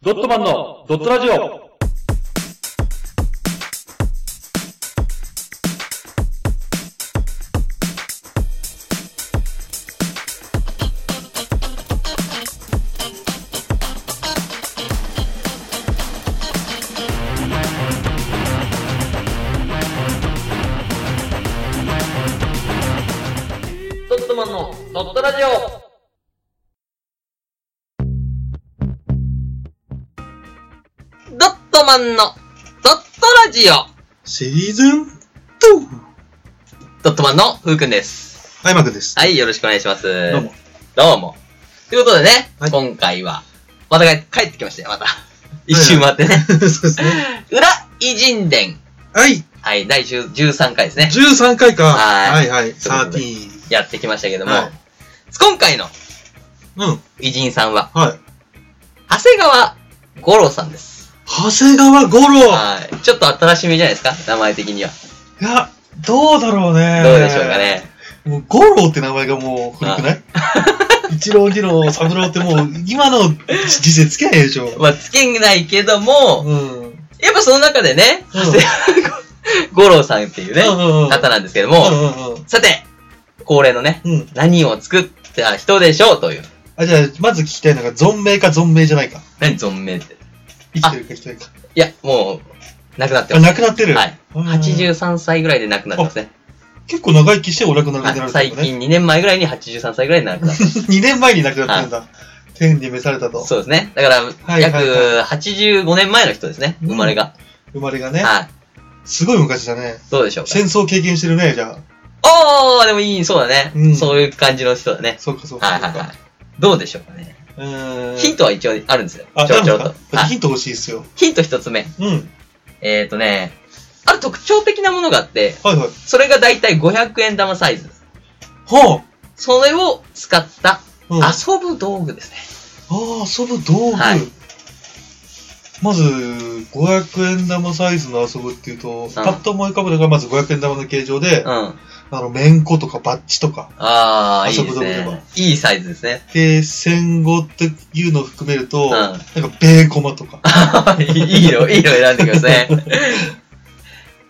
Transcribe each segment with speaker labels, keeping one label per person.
Speaker 1: ドットマンのドットラジオ
Speaker 2: ドットマンのドットラジオドットマンのドットラジオ
Speaker 3: シーズン 2!
Speaker 2: ドットマンのふうくんです。
Speaker 3: はい、マークです。
Speaker 2: はい、よろしくお願いします。
Speaker 3: どうも。。
Speaker 2: どうも。ということでね、
Speaker 3: はい
Speaker 2: 今回は、また帰ってきましたよ、また。一周回ってね。
Speaker 3: そうですね。
Speaker 2: 裏偉人伝。
Speaker 3: はい、
Speaker 2: はい、第10 13回ですね。
Speaker 3: 13回か。
Speaker 2: は
Speaker 3: はいい、はい、
Speaker 2: ということで
Speaker 3: 13。
Speaker 2: やってきましたけども、
Speaker 3: はい
Speaker 2: 今回の
Speaker 3: うん、
Speaker 2: 偉人さんは、
Speaker 3: はい。
Speaker 2: 長谷川五郎さんです。
Speaker 3: 長谷川五郎
Speaker 2: はい。ちょっと新しめじゃないですか名前的には。
Speaker 3: いや、どうだろうね。
Speaker 2: どうでしょうか。ね。
Speaker 3: もう、五郎って名前がもう古くない一郎、二郎、三郎ってもう、今の時世つけないでしょ。
Speaker 2: まあ、つけないけども、
Speaker 3: うん。うん
Speaker 2: やっぱその中でね、
Speaker 3: うん
Speaker 2: 長谷川 五郎さんっていうね、
Speaker 3: うんうんうん
Speaker 2: 方なんですけど
Speaker 3: う
Speaker 2: も、
Speaker 3: んうん
Speaker 2: さて、恒例のね、
Speaker 3: うん。
Speaker 2: 何を作った人でしょうという。
Speaker 3: あ、じゃあ、まず聞きたいのが、存命か存命じゃないか。
Speaker 2: 何存命って。
Speaker 3: 生きてるか生きてないか。
Speaker 2: いや、もう、亡くなって
Speaker 3: あ、
Speaker 2: ます。
Speaker 3: 亡くなってる。
Speaker 2: はい。
Speaker 3: うん
Speaker 2: 83歳ぐらいで亡くなってますね。
Speaker 3: 結構長生きしてお亡くなり
Speaker 2: は
Speaker 3: に
Speaker 2: い、
Speaker 3: なられた
Speaker 2: 最
Speaker 3: よね。
Speaker 2: 近2年前ぐらいに83歳ぐらいで亡 くなってます。
Speaker 3: 2年前に亡くなってるんだ。天に召されたと。
Speaker 2: そうですね。だから、
Speaker 3: はいはい
Speaker 2: 約
Speaker 3: はい
Speaker 2: 85年前の人ですね、生まれが。
Speaker 3: 生まれがね。
Speaker 2: はい。
Speaker 3: すごい昔だね。
Speaker 2: どうでしょうか。
Speaker 3: 戦争経験してるね、じゃあ。
Speaker 2: おー、でもいい、そうだね。
Speaker 3: うん
Speaker 2: そういう感じの人だね。
Speaker 3: そうかそう
Speaker 2: は
Speaker 3: か
Speaker 2: い
Speaker 3: そ
Speaker 2: は
Speaker 3: う
Speaker 2: いは
Speaker 3: か
Speaker 2: い。。どうでしょうかね。
Speaker 3: うーん。
Speaker 2: ヒントは一応あるんですよ。
Speaker 3: あ、
Speaker 2: ちょ
Speaker 3: なん
Speaker 2: ろちょ
Speaker 3: で
Speaker 2: ろ
Speaker 3: か
Speaker 2: と。はい
Speaker 3: ヒント欲しいっすよ。
Speaker 2: ヒント一つ目。
Speaker 3: うん。
Speaker 2: えっ、ー、とね、ある特徴的なものがあって、
Speaker 3: はいはい。
Speaker 2: それがだいたい500円玉サイズ。
Speaker 3: は
Speaker 2: それを使った
Speaker 3: あ。うん。あ
Speaker 2: 遊ぶ道具ですね。
Speaker 3: あ、遊ぶ道具。
Speaker 2: はい
Speaker 3: まず、500円玉サイズの遊ぶっていうと、パッと思い浮かぶのが、まず500円玉の形状で
Speaker 2: う、ん。
Speaker 3: あの、面子とかバッチとか。
Speaker 2: あー、いいです
Speaker 3: 遊ぶ道具
Speaker 2: ね。いいサイズですね。
Speaker 3: で、戦後っていうのを含めると、
Speaker 2: うん
Speaker 3: なんか、ベーコマ とか。
Speaker 2: いいの、いいの選んでください。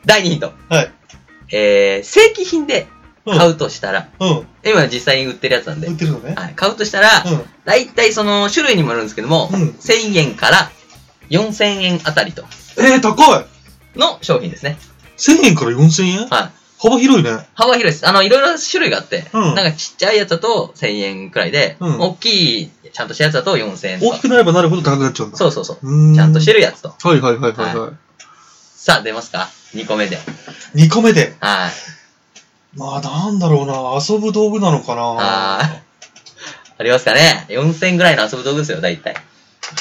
Speaker 2: 第2ヒント。
Speaker 3: はい。
Speaker 2: えー、正規品で買うとしたら、
Speaker 3: うん。
Speaker 2: 今実際に売ってるやつなんで
Speaker 3: 売っ、てるのね。
Speaker 2: はい、買うとしたら、
Speaker 3: う
Speaker 2: だいたいその種類にもよるんですけども、
Speaker 3: ん。うん。
Speaker 2: 1000円から4000円あたりと
Speaker 3: えー、高い
Speaker 2: の商品ですね。
Speaker 3: !1000 円から4000円
Speaker 2: はい。
Speaker 3: 幅広いね。
Speaker 2: 幅広いです。あの、いろいろ種類があって、
Speaker 3: うん
Speaker 2: なんかちっちゃいやつだと1000円くらいで、
Speaker 3: うん
Speaker 2: 大きい、ちゃんとしたやつだと4000円と
Speaker 3: 大
Speaker 2: か
Speaker 3: き。くなればなるほど高くなっちゃうんだ。
Speaker 2: そうそうそう。
Speaker 3: うー
Speaker 2: ちゃんとして
Speaker 3: る。
Speaker 2: るやつと。
Speaker 3: はいはいはいはい。は
Speaker 2: さあ、出ますか ?2 個目で。
Speaker 3: い、2個目で。
Speaker 2: はい。
Speaker 3: まあなんだろうな、遊ぶ道具なのか
Speaker 2: あ
Speaker 3: な。
Speaker 2: ありますかね ?4000 円くらいの遊ぶ道具ですよ、大体。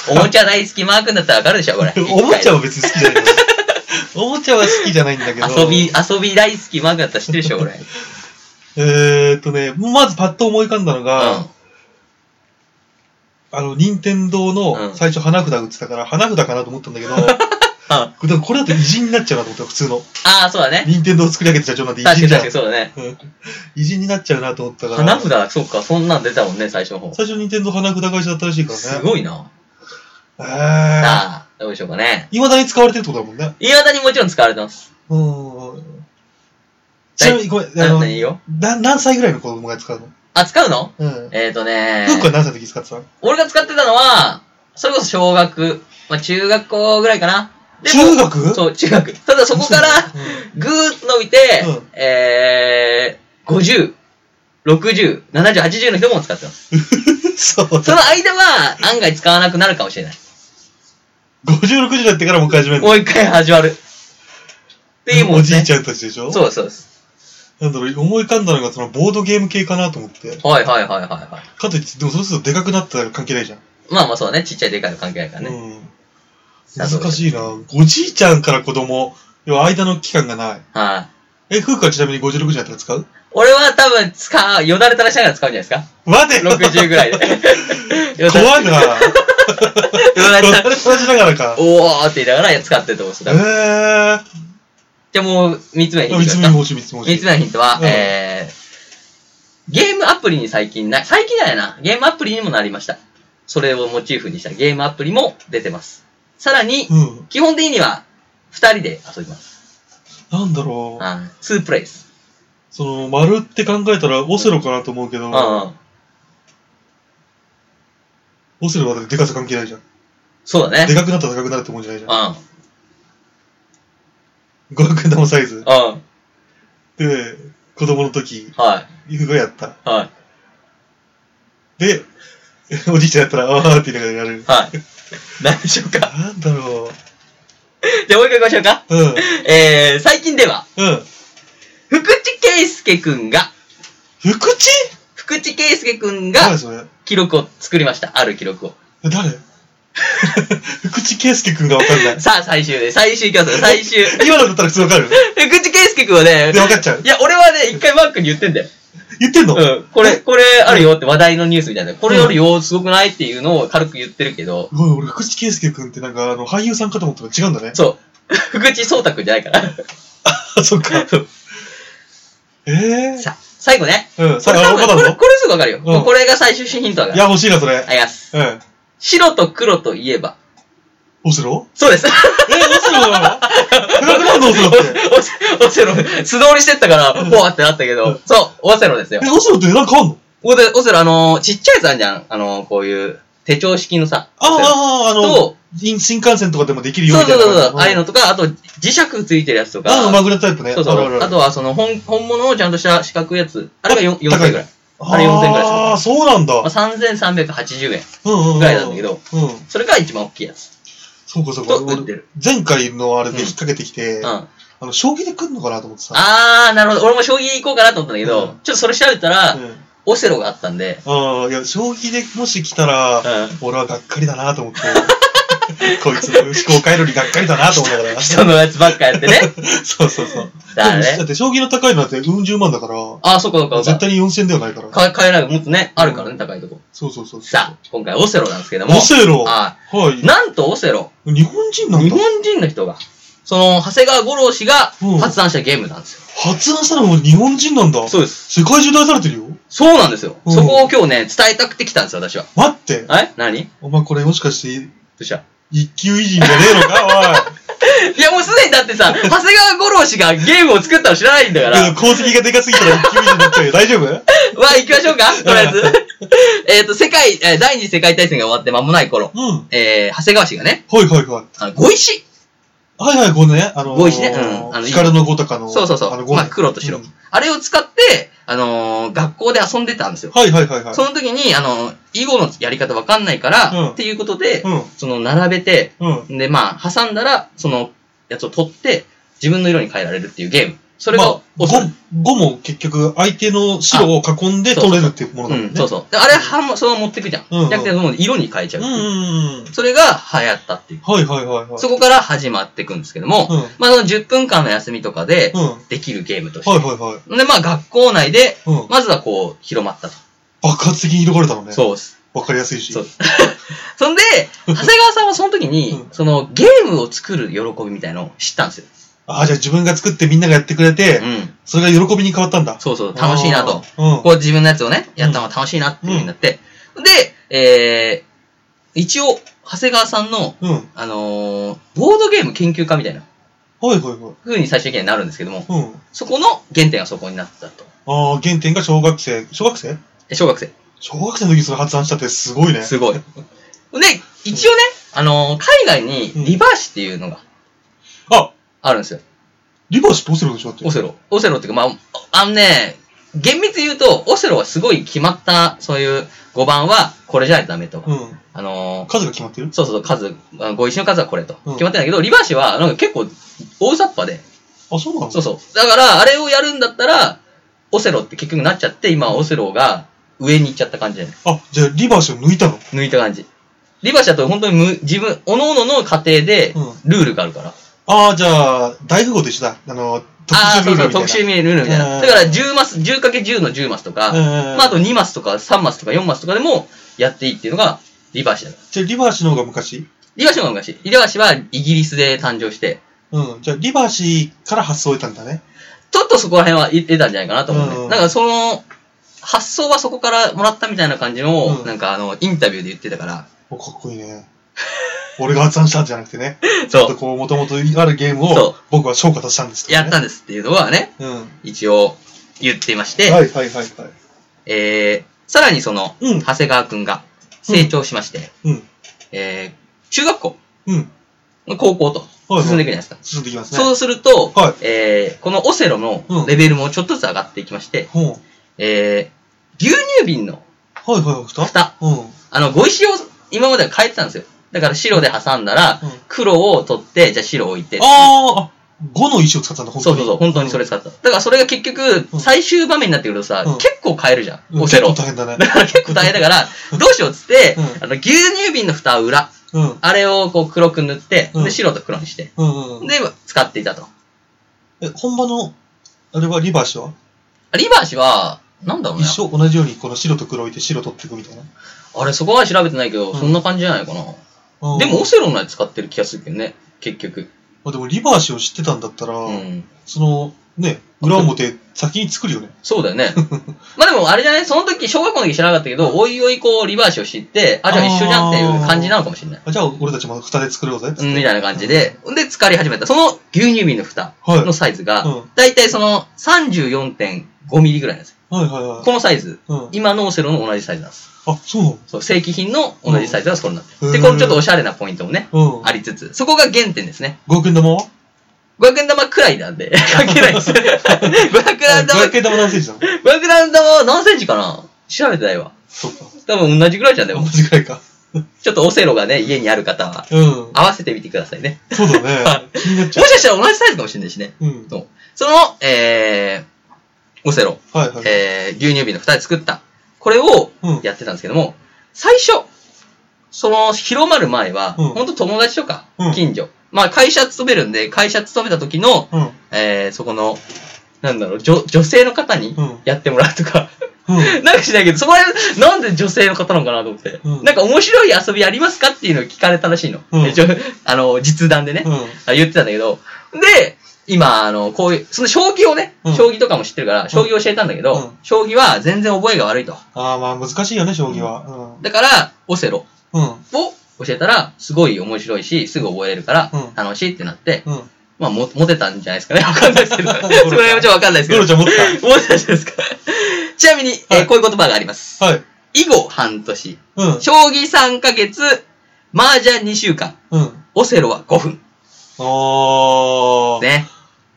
Speaker 2: おもちゃ大好きマークだったらわかるでしょ、これ。
Speaker 3: おもちゃは別に好きじゃないよ。 おもちゃは好きじゃないんだけど。
Speaker 2: 遊び、。遊び大好きマークだったら知ってるでしょ、こ れ。
Speaker 3: えーっとね、まずパッと思い浮かんだの
Speaker 2: うん
Speaker 3: が、。あの、任天堂
Speaker 2: うん
Speaker 3: の最初花札売ってたから、花札かなと思った んだけど、
Speaker 2: あ
Speaker 3: でもこれだと偉人になっちゃうなと思った、普通の。
Speaker 2: あー、そうだね。
Speaker 3: 任天堂を作り上げて社長なんて偉
Speaker 2: 確か
Speaker 3: 人
Speaker 2: に
Speaker 3: じ
Speaker 2: 確
Speaker 3: ゃん
Speaker 2: かに。そうだね。
Speaker 3: うん偉人になっちゃうなと思ったから。
Speaker 2: 花札、そうか、そんなん出たもんね、最初の方。
Speaker 3: 最初、任天堂花札会社だったらしいからね。
Speaker 2: すごいな。
Speaker 3: え
Speaker 2: さ
Speaker 3: ー。
Speaker 2: あ、どうでしょうかね。
Speaker 3: いまだに使われてるってことだもんね。
Speaker 2: いまだにもちろん使われてます。
Speaker 3: うん。ちなみに、ごめん、あ
Speaker 2: あ、
Speaker 3: の、
Speaker 2: 何よ。
Speaker 3: な何歳ぐらいの子供が使うの
Speaker 2: あ、使うの
Speaker 3: うん。
Speaker 2: えっ、ー、とね
Speaker 3: ふうくんは何歳の時使ってたの
Speaker 2: 俺が使ってたのは、それこそ小学、まあ中学校ぐらいかな。でも
Speaker 3: 中学
Speaker 2: そう、中学。ただそこから、ぐーっと伸びて、
Speaker 3: う
Speaker 2: えー、50、60、70、80の人も使ってます。
Speaker 3: うん。そう。
Speaker 2: その間は、案外使わなくなるかもしれない。
Speaker 3: 56時だってからもう一回始め るの。
Speaker 2: もう一回始まる。っていうもん、ね。
Speaker 3: おじいちゃんたちでしょ
Speaker 2: そうですそうです。
Speaker 3: なんだろう、思い浮かんだのがそのボードゲーム系かなと思って。
Speaker 2: はいはいはいはいはい。
Speaker 3: かといって、でもそうするとでかくなったら関係ないじゃん。
Speaker 2: まあまあそうだね。ちっちゃいでかいの関係ないからね。
Speaker 3: うん。
Speaker 2: さあどうでしょう
Speaker 3: 難しいな。おじいちゃんから子供、要は間の期間がない。
Speaker 2: はい。
Speaker 3: え、ふうくんはちなみに56時だったら使う
Speaker 2: 俺は多分使う、よだれ垂らしながら使うんじゃないですか
Speaker 3: 待て
Speaker 2: ?60 ぐらいで。よ だれ、よ
Speaker 3: 怖いな。
Speaker 2: だれ垂らし、
Speaker 3: 話しながらか。
Speaker 2: おーって言いながら使ってると思うし。多分
Speaker 3: えー。
Speaker 2: じゃあもう、三つ目の
Speaker 3: 三
Speaker 2: ヒ
Speaker 3: つ
Speaker 2: ン
Speaker 3: 目
Speaker 2: トですか
Speaker 3: の星、三つ目の
Speaker 2: 三つ目のヒントは、
Speaker 3: うん
Speaker 2: えー、ゲームアプリに最近な、最近じゃないな。ゲームアプリにもなりました。それをモチーフにしたゲームアプリも出てます。さらに、
Speaker 3: うん。
Speaker 2: 基本的には二人で遊びます。
Speaker 3: なんだろう。
Speaker 2: はい。ツープレイス。
Speaker 3: その、丸って考えたらオセロかなと思うけ
Speaker 2: う
Speaker 3: ど
Speaker 2: ん、うん。
Speaker 3: オセロはだってでかさ関係ないじゃん。
Speaker 2: そうだね
Speaker 3: で。かくなったら高くなるってもんじゃないじ
Speaker 2: う
Speaker 3: ゃ
Speaker 2: ん。
Speaker 3: ん。五百円玉サイズ。
Speaker 2: うん。
Speaker 3: で、子供の時、
Speaker 2: はい。
Speaker 3: 犬がやった。
Speaker 2: はい。
Speaker 3: で、おじいちゃんやったら、あーって言いながらやる。
Speaker 2: はい。 何でしょうか。
Speaker 3: なんだろ
Speaker 2: じゃあもう一回行きましょうか。
Speaker 3: う。うん。
Speaker 2: えー、最近では、
Speaker 3: うん。
Speaker 2: 福地圭介くんが、
Speaker 3: 福地
Speaker 2: 福地圭介くん
Speaker 3: 誰
Speaker 2: が
Speaker 3: それ
Speaker 2: 記録を作りました。ある記録を。
Speaker 3: 誰福地圭介くんがわかんない。
Speaker 2: さあ、最終で、最終行きますよ最終。
Speaker 3: 今のだったら普通わかる
Speaker 2: 福地圭介くんはね
Speaker 3: で、、わかっちゃう
Speaker 2: い。や、俺はね、一回マー君に言ってんだよ。
Speaker 3: 言ってんの
Speaker 2: うん。これ、これあるよって話題のニュースみたいな。これあるよ、すごくないっていうのを軽く言ってるけど、
Speaker 3: ごめん、俺、福地圭介くんってなんか、あの、俳優さんかと思ったら違うんだね。
Speaker 2: そう。福地蒼太くんじゃないから。
Speaker 3: あ、そっか。え えー。
Speaker 2: さ、最後ね。
Speaker 3: うん、
Speaker 2: こ
Speaker 3: さ
Speaker 2: れ
Speaker 3: あ、
Speaker 2: 多
Speaker 3: わ
Speaker 2: 分、
Speaker 3: か
Speaker 2: こ
Speaker 3: ん
Speaker 2: れ、
Speaker 3: の
Speaker 2: これすぐわかるよ。
Speaker 3: ん
Speaker 2: もうこれが最終ヒントだ
Speaker 3: い
Speaker 2: から。
Speaker 3: や、欲しいな、それ。
Speaker 2: あります。
Speaker 3: うん。
Speaker 2: 白と黒といえば。
Speaker 3: オセロ
Speaker 2: そうです。
Speaker 3: え、オセロなのフラグランドオセロ って。
Speaker 2: オセオセロ、素通りしてったから、
Speaker 3: うん
Speaker 2: ほわってなったけ
Speaker 3: う
Speaker 2: ど
Speaker 3: ん、
Speaker 2: そう、オセロですよ
Speaker 3: え、。オセロってなんかあんの
Speaker 2: オセオセロ、あのー、ちっちゃいやつあんじゃん。あのー、こういう、手帳式のさ。
Speaker 3: あ
Speaker 2: オセロ
Speaker 3: あ、あの
Speaker 2: と、
Speaker 3: 新新幹線とかでもできるよ
Speaker 2: そ
Speaker 3: み
Speaker 2: う
Speaker 3: た
Speaker 2: そ
Speaker 3: いうな感
Speaker 2: そう
Speaker 3: じ。
Speaker 2: そう、ああいうのとか、あと磁石ついてるやつとか、
Speaker 3: ああ、マグネットタイプね。
Speaker 2: そうそう、
Speaker 3: ある
Speaker 2: あ
Speaker 3: る
Speaker 2: とはその本本物のちゃんとした四角いやつ、あれが4
Speaker 3: あ
Speaker 2: 0円ぐらい。あれ4000ぐらいする
Speaker 3: ああ、そうなんだ。
Speaker 2: まあ、3380円
Speaker 3: うんうんうん。
Speaker 2: ぐらいなんだけど、
Speaker 3: うん。
Speaker 2: それが一番大きいやつ。
Speaker 3: そうかそう
Speaker 2: と
Speaker 3: か。
Speaker 2: 売って
Speaker 3: 俺
Speaker 2: る。
Speaker 3: 前回のあれで引っ掛けてきて、
Speaker 2: うん。
Speaker 3: あ
Speaker 2: あ
Speaker 3: の、将棋で来んのかなと思ってさ。
Speaker 2: あー、なるほど。俺も将棋行こうかなと思ったんだけど、
Speaker 3: うん
Speaker 2: ちょっとそれ調べたら、
Speaker 3: うん
Speaker 2: オセロがあったんで、
Speaker 3: ああ、いや、将棋でもし来たら、
Speaker 2: うん
Speaker 3: 俺はがっかりだなと思って。 こいつの思考回路にがっかりだなと思いながら。
Speaker 2: 人のやつばっかやってね。
Speaker 3: そうそうそう。
Speaker 2: だね
Speaker 3: でもだって将棋の高いのだってうん十万だから、
Speaker 2: ああ、そうかそうかそう
Speaker 3: 絶
Speaker 2: か。
Speaker 3: 対に4000ではないから。
Speaker 2: か買えない。もっとね、あるからね、高いとこ。
Speaker 3: そうそうそう。
Speaker 2: さあ、今回オセロなんですけども。
Speaker 3: オセロは
Speaker 2: あ
Speaker 3: い
Speaker 2: あ。。なんとオセロ、
Speaker 3: 日本人なん
Speaker 2: 日
Speaker 3: だ
Speaker 2: 本人の人が、その、長谷川五郎氏が
Speaker 3: うん
Speaker 2: 発案したゲームなんですよ。
Speaker 3: 発案したのも日本人なんだ。
Speaker 2: そうです。
Speaker 3: 世界中で愛されてるよ。
Speaker 2: そうなんですよ。
Speaker 3: うん
Speaker 2: そこを今日ね、伝えたくて来たんですよ、私は。
Speaker 3: 待って。
Speaker 2: え何ど
Speaker 3: お前これもしかして、
Speaker 2: うした
Speaker 3: 一級偉人じゃねえのか
Speaker 2: いや、もうすでにだってさ、長谷川五郎氏がゲームを作ったの知らないんだか
Speaker 3: お
Speaker 2: ら。
Speaker 3: い。
Speaker 2: わ
Speaker 3: けど功績がでかすぎたら一級偉人になっちゃうよ。大丈夫
Speaker 2: あ、 行きましょうかとりあえず。えっと、世界、えー第二次世界大戦が終わって間もない頃、
Speaker 3: うん。
Speaker 2: えー、長谷川氏がね、
Speaker 3: はいはいはい。
Speaker 2: あの、碁石
Speaker 3: はいはい、このね、あのー、
Speaker 2: ボイスねうんあの
Speaker 3: 光のごたかの、
Speaker 2: そうそうそ
Speaker 3: あの
Speaker 2: う。
Speaker 3: ご
Speaker 2: まあ、黒と白、
Speaker 3: うん
Speaker 2: あれを使って、あのー学校で遊んでたんですよ。
Speaker 3: はいはいはいはい。
Speaker 2: その時に、あのー囲碁のやり方わかんないから、
Speaker 3: うん
Speaker 2: っていうことで、
Speaker 3: うん、
Speaker 2: その、並べて、
Speaker 3: うん。
Speaker 2: で、まあ、挟んだら、その、やつを取って、自分の色に変えられるっていうゲーム。それ
Speaker 3: ま
Speaker 2: が
Speaker 3: あ、、
Speaker 2: オ
Speaker 3: 5
Speaker 2: セロ、
Speaker 3: も結局、相手の白を囲んで取れるっていうもの
Speaker 2: う
Speaker 3: だもん
Speaker 2: ん、
Speaker 3: ね。
Speaker 2: そうそう。であれは、そのまま持ってくじゃん。
Speaker 3: うんうん
Speaker 2: じゃなくて、その色に変えちゃう
Speaker 3: う
Speaker 2: っ
Speaker 3: ん
Speaker 2: て
Speaker 3: うん
Speaker 2: いう
Speaker 3: うん。
Speaker 2: それが流行ったっていう。
Speaker 3: はいはいはいはい。
Speaker 2: そこから始まっていくんですけども、
Speaker 3: うん
Speaker 2: まあ、その10分間の休みとかで
Speaker 3: うん。、はい
Speaker 2: できるゲームとして。
Speaker 3: はいはい。
Speaker 2: で、まあ、学校内で、
Speaker 3: うん。
Speaker 2: まずはこう、広まったと。
Speaker 3: 爆発的に広がれたのね。
Speaker 2: そうっす。
Speaker 3: わかりやすいし。
Speaker 2: そう そんで、長谷川さんはその時に
Speaker 3: う、ん
Speaker 2: その、ゲームを作る喜びみたいのを知ったんですよ。
Speaker 3: ああ、じゃあ自分が作ってみんながやってくれて、
Speaker 2: うん。
Speaker 3: それが喜びに変わったんだ。
Speaker 2: そうそう、楽しいなと。
Speaker 3: あー。うん。
Speaker 2: こう自分のやつをね、やったのが楽しいなっていう風になって。で、えー、一応、長谷川さんの、
Speaker 3: うん。はい
Speaker 2: あのーボードゲーム研究家みたいな
Speaker 3: はいはい。
Speaker 2: 風に最終的にはなるんですけども、
Speaker 3: うん。
Speaker 2: そこの原点がそこになったと。
Speaker 3: ああ、原点が小学生。小学生
Speaker 2: え小学生。
Speaker 3: 小学生の時にそれ発案したってすごいね。
Speaker 2: すごい。で、一応ね、あのー海外にリバーシっていうのが
Speaker 3: あ、
Speaker 2: あるんですよ。
Speaker 3: リバーシってオセロでしょだって。
Speaker 2: オセロ。オセロっていうか、まあ、あのね、厳密に言うと、オセロはすごい決まった、そういう5番はこれじゃないとダメとか、
Speaker 3: うん。
Speaker 2: あのー
Speaker 3: 数が決まってる
Speaker 2: そうそうそう、数、あご一緒の数はこれと。
Speaker 3: うん
Speaker 2: 決まってんだけど、リバーシは、なんか結構、大雑把で。
Speaker 3: あ、そうなの
Speaker 2: そうそう。だから、あれをやるんだったら、オセロって結局なっちゃって、今、オセロが上に行っちゃった感じだよね。
Speaker 3: あ、じゃあリバーシを抜いたの
Speaker 2: 抜いた感じ。リバーシだと本当にむ自分、各々の家庭で
Speaker 3: うん、
Speaker 2: ルールがあるから。
Speaker 3: ああ、じゃあ、大富豪と一緒だ。あの、特
Speaker 2: ああ、
Speaker 3: 殊
Speaker 2: そ
Speaker 3: ル
Speaker 2: う
Speaker 3: ー
Speaker 2: そう、
Speaker 3: ルみたいな。
Speaker 2: 特殊ルールみたいな。
Speaker 3: うん
Speaker 2: だから、10マス、10×10 の10マスとか、
Speaker 3: うん
Speaker 2: まあ、あと2マスとか3マスとか4マスとかでもやっていいっていうのが、リバーシだ。
Speaker 3: じゃあ、リバーシの方が昔
Speaker 2: リバーシの方が昔。リバーシはイギリスで誕生して、
Speaker 3: うん。じゃあ、リバーシから発想を得たんだね。
Speaker 2: ちょっとそこら辺は得たんじゃないかなと思うね。
Speaker 3: うん
Speaker 2: なんかその、長発想はそこからもらったみたいな感じの、
Speaker 3: うん
Speaker 2: なんかあの、インタビューで言ってたから、
Speaker 3: おかっこい いね。俺が発案したんじゃなくてね、ちょっと
Speaker 2: そ
Speaker 3: こう、もともとあるゲーム
Speaker 2: そう
Speaker 3: を僕は昇華させたんです
Speaker 2: う、
Speaker 3: けど
Speaker 2: や
Speaker 3: ね
Speaker 2: ったんですっていうのはね、
Speaker 3: うん。は
Speaker 2: 一応言っていまし
Speaker 3: い
Speaker 2: て、
Speaker 3: はいはいはい。
Speaker 2: えー、さらにその、
Speaker 3: うん
Speaker 2: 長谷川くんが成長しまして、
Speaker 3: うん。
Speaker 2: えー、中学校、
Speaker 3: うん。
Speaker 2: 高校と進んでいくじゃないですか。
Speaker 3: 進んでいきますね。
Speaker 2: そうすると、
Speaker 3: はい
Speaker 2: えーこのオセロのレベルもちょっとずつ上がっていきまして、
Speaker 3: ほう。
Speaker 2: えー、牛乳瓶の
Speaker 3: はいはい、ふた
Speaker 2: 蓋、
Speaker 3: うん。うん。
Speaker 2: あの、碁石を今までは変えてたんですよ。だから白で挟んだら、黒を取って、じゃあ白を置いて。
Speaker 3: あーあ、5の石を使ったんだ、本当
Speaker 2: そう
Speaker 3: に。
Speaker 2: そうそう、本当にそれ使った。だからそれが結局
Speaker 3: う、ん
Speaker 2: 最終場面になってくるとさ、
Speaker 3: うん
Speaker 2: 結構変えるじゃ
Speaker 3: うん
Speaker 2: ん、オセロ。
Speaker 3: 結構大変だね
Speaker 2: だ。から結構大変だから、どうしようっつって、
Speaker 3: うん
Speaker 2: あの、牛乳瓶の蓋を裏、
Speaker 3: うん。うん
Speaker 2: あれをこう黒く塗って、
Speaker 3: う
Speaker 2: で
Speaker 3: ん
Speaker 2: 白と黒にして、
Speaker 3: うんうん。
Speaker 2: で、使っていたと。
Speaker 3: え、本場の、あれはリバーシは
Speaker 2: リバーシは、なんだろうね
Speaker 3: 一。生同じようにこの白と黒置いて白取っていくみたいな。
Speaker 2: あれ、そこは調べてないけど、
Speaker 3: うん
Speaker 2: そんな感じじゃないかな。
Speaker 3: うん
Speaker 2: でも、オセロのやつ使ってる気がするけどね、結局。
Speaker 3: まあ、でもリバーシを知ってたんだったら、
Speaker 2: うん。
Speaker 3: その、ね、裏表先に作るよね。
Speaker 2: そうだよ ね。まあでも、あれじゃないその時、小学校の時知らなかったけど、おいおいこう、リバーシを知って、あ、じゃあ一緒じゃんっていう感じなのかもしれない。
Speaker 3: あじゃあ俺たちも蓋で作ろうぜっつっ
Speaker 2: うん、
Speaker 3: て。
Speaker 2: みたいな感じで、で、使い始めた。その牛乳瓶の蓋
Speaker 3: はい。
Speaker 2: のサイズ
Speaker 3: う
Speaker 2: が
Speaker 3: ん、
Speaker 2: だいたいその34.5ミリぐらいなんですよ。
Speaker 3: はいはいはい。
Speaker 2: このサイズ、
Speaker 3: うん、
Speaker 2: 今のオセロの同じサイズなんです。
Speaker 3: あ、そうなの
Speaker 2: そう、正規品の同じサイズがそれになって
Speaker 3: う
Speaker 2: る。
Speaker 3: ん
Speaker 2: で、このちょっとおしゃれなポイントもね、
Speaker 3: うん。
Speaker 2: ありつつ、そこが原点ですね。
Speaker 3: 5億円玉は
Speaker 2: 500円玉くらいなん で、関係ないです。500円玉、
Speaker 3: 5億円玉何センチなの
Speaker 2: 500円玉は何センチかな調べてないわ。
Speaker 3: そうか。
Speaker 2: 多分同じぐらいじゃん、で
Speaker 3: 同
Speaker 2: も。
Speaker 3: じぐらいか。
Speaker 2: ちょっとオセロがね、家にある方は、
Speaker 3: うん。
Speaker 2: 合わせてみてくださいね。
Speaker 3: そうだね。気にな っ
Speaker 2: もし
Speaker 3: ちゃ
Speaker 2: かしたら同じサイズかもしれないしね。
Speaker 3: う。うん。
Speaker 2: そうその、えー、オセロ、
Speaker 3: はいはい。
Speaker 2: えー、牛乳瓶の蓋で作った。これを
Speaker 3: うん
Speaker 2: やってたんですけども、最初、その、広まる前は、
Speaker 3: うん
Speaker 2: ほんと友達とか
Speaker 3: う、ん
Speaker 2: 近所。まあ、会社勤めるんで、会社勤めた時の、
Speaker 3: うん。
Speaker 2: えー、そこの、なんだろう、女、女性の方に
Speaker 3: うん
Speaker 2: やってもらうとか、
Speaker 3: うん。
Speaker 2: なんかしないけど、そこら辺、なんで女性の方なのかなと思って、
Speaker 3: うん
Speaker 2: なんか面白い遊びありますかっていうのを聞かれたらしいの。
Speaker 3: うん
Speaker 2: えちょあの、実弾でね、
Speaker 3: うん。
Speaker 2: あ言ってたんだけど、で、今、あの、こういう、その将棋をね、
Speaker 3: うん
Speaker 2: 将棋とかも知ってるから、将棋を教えたんだけど、
Speaker 3: うん
Speaker 2: 将棋は全然覚えが悪いと。
Speaker 3: ああ、まあ難しいよね、将棋は。
Speaker 2: だから、オセロ
Speaker 3: うん。
Speaker 2: を教えたら、すごい面白いし、すぐ覚えれるから
Speaker 3: うん、
Speaker 2: 楽しいってなって、
Speaker 3: うん。うん。
Speaker 2: まあ、もモテたんじゃないです かね。わかんないですけど。そ
Speaker 3: ロちゃん
Speaker 2: れはちょっとわかんないですけ
Speaker 3: ド
Speaker 2: ど。
Speaker 3: ロちゃん持っ
Speaker 2: モテたんじゃないですか。ちなみに、えー
Speaker 3: はい
Speaker 2: こういう言葉があります。
Speaker 3: た。はい。
Speaker 2: 以後半年。
Speaker 3: うん。
Speaker 2: 将棋3ヶ月、麻雀2週間、
Speaker 3: うん。
Speaker 2: オセロは5分。
Speaker 3: ああ。
Speaker 2: ね。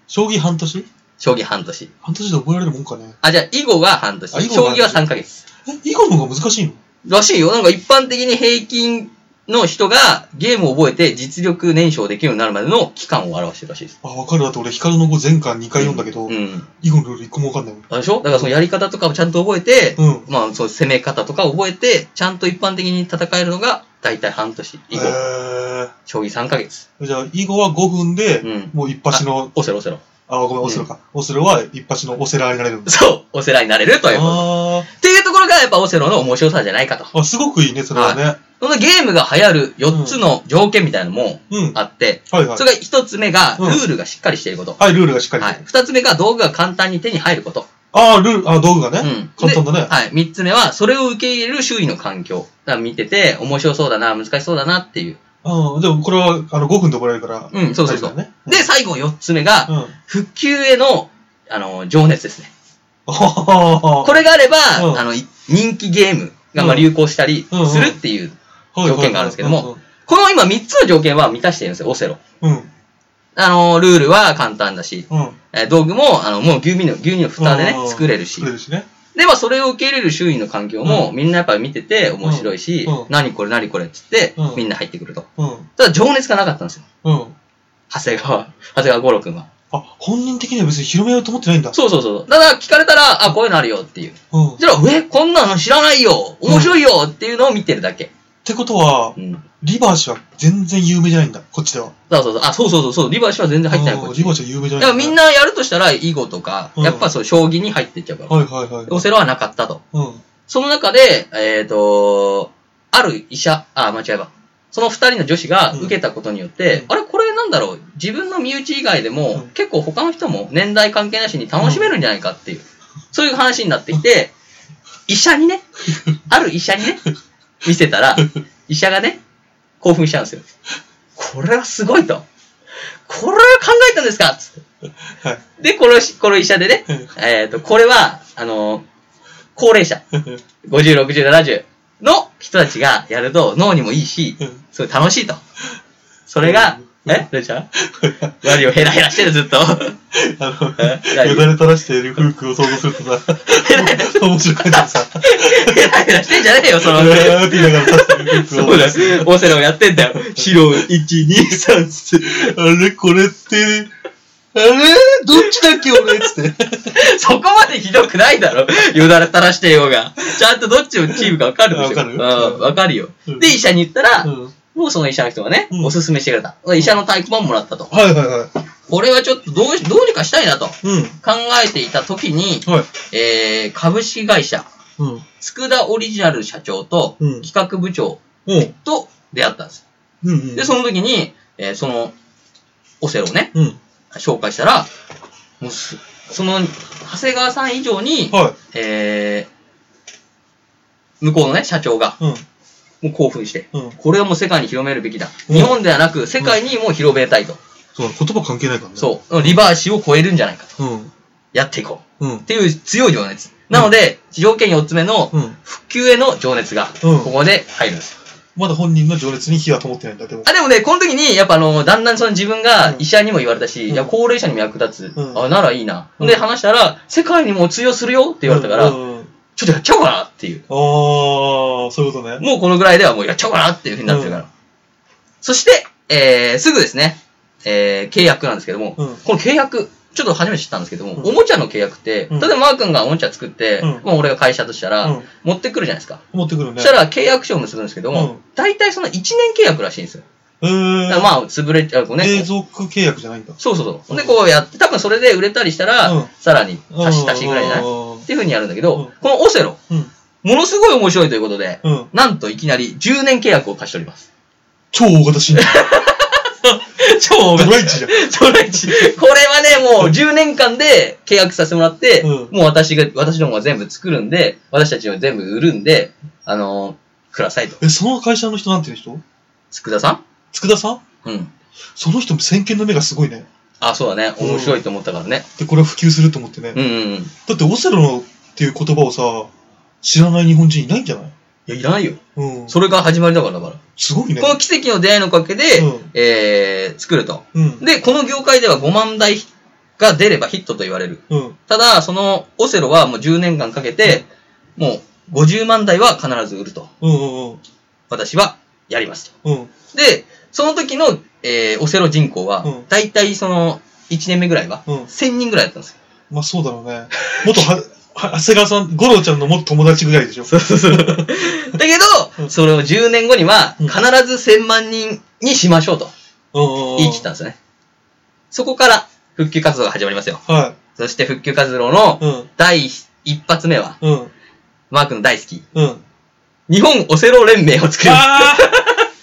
Speaker 3: 将棋半年
Speaker 2: 将棋半年。
Speaker 3: 半年で覚えられるもんかね。
Speaker 2: あ、じゃあ、囲碁が半年
Speaker 3: あ囲。碁
Speaker 2: 将
Speaker 3: が半
Speaker 2: 棋
Speaker 3: 年
Speaker 2: は3ヶ月。
Speaker 3: え、囲碁の方が難しいの
Speaker 2: らしいよ。なんか一般的に平均の人がゲームを覚えて実力燃焼できるようになるまでの期間を表してるらしいです。
Speaker 3: あ、わかる。だって俺、光の碁全巻2回読んだけど
Speaker 2: う、ん。
Speaker 3: 囲碁のルール1個もわかんないもん。
Speaker 2: あれでしょだからそのやり方とかもちゃんと覚えて、
Speaker 3: うん。
Speaker 2: まあその攻め方とか覚えて、ちゃんと一般的に戦えるのが大体半年。
Speaker 3: え
Speaker 2: 囲碁、将棋3ヶ月。
Speaker 3: ー。じゃあ、囲碁は5分
Speaker 2: う
Speaker 3: で、
Speaker 2: ん。
Speaker 3: もう一発の、
Speaker 2: オセロオセロ。
Speaker 3: あ、ごめん、オセロか。オセロは一発のオセラーになれるんだ。
Speaker 2: そう、オセラになれるということ。
Speaker 3: あ
Speaker 2: っていうところがやっぱオセロの面白さじゃないかと。
Speaker 3: ーあ、すごくいいね、それはね。
Speaker 2: そのゲームが流行る4つの条件みたいなのも
Speaker 3: うん。
Speaker 2: あって、
Speaker 3: はいはい
Speaker 2: そ。れが1つ目が
Speaker 3: う
Speaker 2: ル
Speaker 3: ん
Speaker 2: ールがしっかりしていること。
Speaker 3: はい、ルールがしっかり
Speaker 2: は
Speaker 3: と
Speaker 2: い。2つ目が道具が簡単に手に入ること。
Speaker 3: ああ、ルール、あ道具が
Speaker 2: う
Speaker 3: ね。
Speaker 2: ん。
Speaker 3: 簡単だね
Speaker 2: ではい。3つ目は、それを受け入れる周囲の環境。だから見てて、面白そうだな、難しそうだなっていう。
Speaker 3: うん。でも、これは、あの、5分で覚えられるから。
Speaker 2: うん、そうそうそう。
Speaker 3: 大丈夫だね
Speaker 2: で、最後4つ目が、
Speaker 3: うん。
Speaker 2: 普及への、あの、情熱ですね。
Speaker 3: こ
Speaker 2: これがあれば、
Speaker 3: うん
Speaker 2: あの、い人気ゲームがまあ
Speaker 3: うん
Speaker 2: 流行したり
Speaker 3: うんうん
Speaker 2: するっていう。条件があるんですけども。この今3つの条件は満たしてるんですよ、オセロ。
Speaker 3: うん。うん。
Speaker 2: あの、ルールは簡単だし、
Speaker 3: うん。
Speaker 2: えー道具も、あの、もう牛乳の、牛乳の蓋でね
Speaker 3: う、ん
Speaker 2: 作れるし
Speaker 3: 作。れるしね。
Speaker 2: で、まあ、それを受け入れる周囲の環境も、
Speaker 3: う
Speaker 2: みんなやっぱり見てて面白いし、
Speaker 3: うんうん
Speaker 2: 何これ何これって言って、
Speaker 3: うん
Speaker 2: みんな入ってくると。
Speaker 3: うん。
Speaker 2: ただ、情熱がなかったんですよ。
Speaker 3: うん。
Speaker 2: 長谷川、 長谷川五郎くんは。
Speaker 3: あ、本人的には別に広めようと思ってないんだ。
Speaker 2: そうそうそう。ただ、聞かれたら、あ、こういうのあるよっていう。
Speaker 3: うん。っ
Speaker 2: じゃあ、え、こんなの知らないよ面白いよっていうのを見てるだけ。
Speaker 3: てことは
Speaker 2: う、ん。
Speaker 3: リバーシは全然有名じゃないんだ、こっちでは。
Speaker 2: そうそうそう。あ、そうそうそうそう。リバーシは全然入ってない
Speaker 3: あ
Speaker 2: こ
Speaker 3: ー
Speaker 2: っち
Speaker 3: リバーシは有名じゃ
Speaker 2: だ
Speaker 3: な
Speaker 2: か
Speaker 3: い
Speaker 2: らみん。なやるとしたら、囲碁とか、
Speaker 3: うん
Speaker 2: やっぱそう、将棋に入ってっちゃうから。
Speaker 3: はいはいはい。
Speaker 2: オセロはなかったと。
Speaker 3: うん。
Speaker 2: その中で、えっ、と、ある医者、あ、間違えば。その二人の女子が
Speaker 3: うん
Speaker 2: 受けたことによって、
Speaker 3: う
Speaker 2: あ
Speaker 3: ん
Speaker 2: れこれなんだろう自分の身内以外でも、
Speaker 3: うん
Speaker 2: 結構他の人も年代関係なしに楽しめるんじゃないかっていう、そういう話になってきて、医者にね、 ある医者にね、見せたら、医者がね、興奮しちゃうんですよ。これはすごいと。これは考えたんですかつって
Speaker 3: はい。
Speaker 2: で、このし、この医者でね、えっ、と、これは、あの、高齢者、50、60、70の人たちがやると脳にもいいし、すごい楽しいと。それが、えどうしたワリをヘラヘラしてる、ずっと。え
Speaker 3: あの、よだれ垂らしている夫婦を想像するとさ、 面白くないさ、
Speaker 2: ヘラヘラしてんじゃねえよ、そうの
Speaker 3: わ。ーって言いながら立ってる夫婦を。
Speaker 2: そうだ、オセロやってんだよ。白、1、2、3、つって
Speaker 3: あれこれって、あれどっちだっけ俺つって。
Speaker 2: そこまでひどくないだろ。よだれ垂らしてようが。ちゃんとどっちのチームかわかるでしょ。
Speaker 3: わかる
Speaker 2: うんわかるよ。
Speaker 3: うん
Speaker 2: で、医者に言ったら、
Speaker 3: うん
Speaker 2: もうその医者の人がね、
Speaker 3: うん
Speaker 2: おすすめしてくれた。医者の太鼓判もらったと。
Speaker 3: はいはいはい。
Speaker 2: これはちょっとどうしどうにかしたいなと
Speaker 3: うん。
Speaker 2: 考えていた時に、
Speaker 3: はい。
Speaker 2: えー、株式会社、
Speaker 3: うん。
Speaker 2: 佃オリジナル社長と
Speaker 3: うん
Speaker 2: 企画部長
Speaker 3: うん。
Speaker 2: と出会ったんです。
Speaker 3: うん。
Speaker 2: で、その時に、えーその、オセロをね、
Speaker 3: うん。
Speaker 2: 紹介したら、もうすその、長谷川さん以上に、
Speaker 3: は
Speaker 2: えー、向こうのね、社長が、
Speaker 3: い。うん。
Speaker 2: もう興奮して、
Speaker 3: うん。
Speaker 2: これをもう世界に広めるべきだ。
Speaker 3: うん
Speaker 2: 日本ではなく、世界にもう広めたいと。
Speaker 3: そう、言葉関係ないからね。
Speaker 2: そう。リバーシを超えるんじゃないかと。
Speaker 3: う。うん。
Speaker 2: やっていこ
Speaker 3: う
Speaker 2: う。っ
Speaker 3: ん。
Speaker 2: ていう強い情熱。なので、条件4つ目の、
Speaker 3: うん。
Speaker 2: 普及への情熱が、
Speaker 3: う
Speaker 2: こ
Speaker 3: ん
Speaker 2: こで入るんですよ。
Speaker 3: まだ本人の情熱に火は灯ってないんだ、でも。
Speaker 2: あ、でもね、この時に、やっぱあの、だんだんその自分が
Speaker 3: うん
Speaker 2: 医者にも言われたし、
Speaker 3: うん
Speaker 2: いや、高齢者にも役立つ。
Speaker 3: うん
Speaker 2: あ、ならいいな。
Speaker 3: うん
Speaker 2: で、話したら、世界にも通用するよって言われたから、
Speaker 3: うんうんうん
Speaker 2: ちょっとやっちゃおうかなっていう。
Speaker 3: ああ、そういうことね。
Speaker 2: もうこのぐらいではもうやっちゃおうかなっていうふうになってるから。
Speaker 3: うん
Speaker 2: そして、えー、すぐですね、えー、契約なんですけども、
Speaker 3: うん
Speaker 2: この契約、ちょっと初めて知ったんですけども、
Speaker 3: うん
Speaker 2: おもちゃの契約って、
Speaker 3: うん
Speaker 2: 例えばマー君がおもちゃ作って、
Speaker 3: うん
Speaker 2: まあ俺が会社としたら、
Speaker 3: うん
Speaker 2: 持ってくるじゃないですか。
Speaker 3: 持ってくる
Speaker 2: そ
Speaker 3: ね。
Speaker 2: したら契約書を結ぶんですけど
Speaker 3: う
Speaker 2: も
Speaker 3: ん、
Speaker 2: 大体その1年契約らしいんですよ。
Speaker 3: え
Speaker 2: だ
Speaker 3: ー、
Speaker 2: からまあ、潰れちゃう、こうね。
Speaker 3: 永続契約じゃないんだ。
Speaker 2: そうそうそう。で、こうやって、多分それで売れたりしたら、
Speaker 3: うん
Speaker 2: さらに足し足しぐらいじゃない
Speaker 3: うん
Speaker 2: っていうふうにやるんだけど、
Speaker 3: うん
Speaker 2: このオセロ、
Speaker 3: うん。
Speaker 2: ものすごい面白いということで、
Speaker 3: うん。
Speaker 2: なんといきなり10年契約を貸しております。
Speaker 3: 超大型新人。
Speaker 2: 超
Speaker 3: ド
Speaker 2: おめでと
Speaker 3: ラ
Speaker 2: う
Speaker 3: イチじゃん。
Speaker 2: それ一これはね、もう10年間で契約させてもらって、
Speaker 3: うん
Speaker 2: もう私が、私どもが全部作るんで、私たちを全部売るんで、あのーくださいと。
Speaker 3: え、その会社の人なんていう人
Speaker 2: 佃さ
Speaker 3: 佃さん
Speaker 2: んうん。
Speaker 3: その人も先見の目がすごいね。
Speaker 2: あ、そうだね。面白いと思ったからね。
Speaker 3: で、これを普及すると思って
Speaker 2: う
Speaker 3: ね。
Speaker 2: んうんうん。い
Speaker 3: だってオセロのっていう言葉をさ、知らない日本人いないんじゃない
Speaker 2: や、いらないよ。
Speaker 3: うん。
Speaker 2: それが始まりだから、だから。
Speaker 3: すごいね。
Speaker 2: この奇跡の出会いのおかげで、
Speaker 3: うん
Speaker 2: えー、作ると。
Speaker 3: うん。
Speaker 2: で、この業界では5万台が出ればヒットと言われる。
Speaker 3: うん。
Speaker 2: ただ、そのオセロはもう10年間かけて、もう50万台は必ず売ると。
Speaker 3: うんうん
Speaker 2: 私はやります
Speaker 3: うん。うん。
Speaker 2: と。で、その時の、えーオセロ人口は
Speaker 3: うん、
Speaker 2: だいたいその1年目ぐらいは、
Speaker 3: うん
Speaker 2: 1000人ぐらいだったんですよ。
Speaker 3: まあそうだろうね。元は、は長谷川さん、五郎ちゃんの元友達ぐらいでしょ。そうそうそう。
Speaker 2: だけ
Speaker 3: う
Speaker 2: ど、
Speaker 3: ん
Speaker 2: それを10年後には、
Speaker 3: うん
Speaker 2: 必ず1000万人にしましょうと
Speaker 3: うん。
Speaker 2: 言い切ったん。ですよね。そこから復旧活動が始まりますよ。
Speaker 3: は
Speaker 2: そして復旧活動の
Speaker 3: い。うん。
Speaker 2: 第一発目は、
Speaker 3: うん。
Speaker 2: マークの大好き、
Speaker 3: うん。
Speaker 2: 日本オセロ連盟を作ります。
Speaker 3: ああ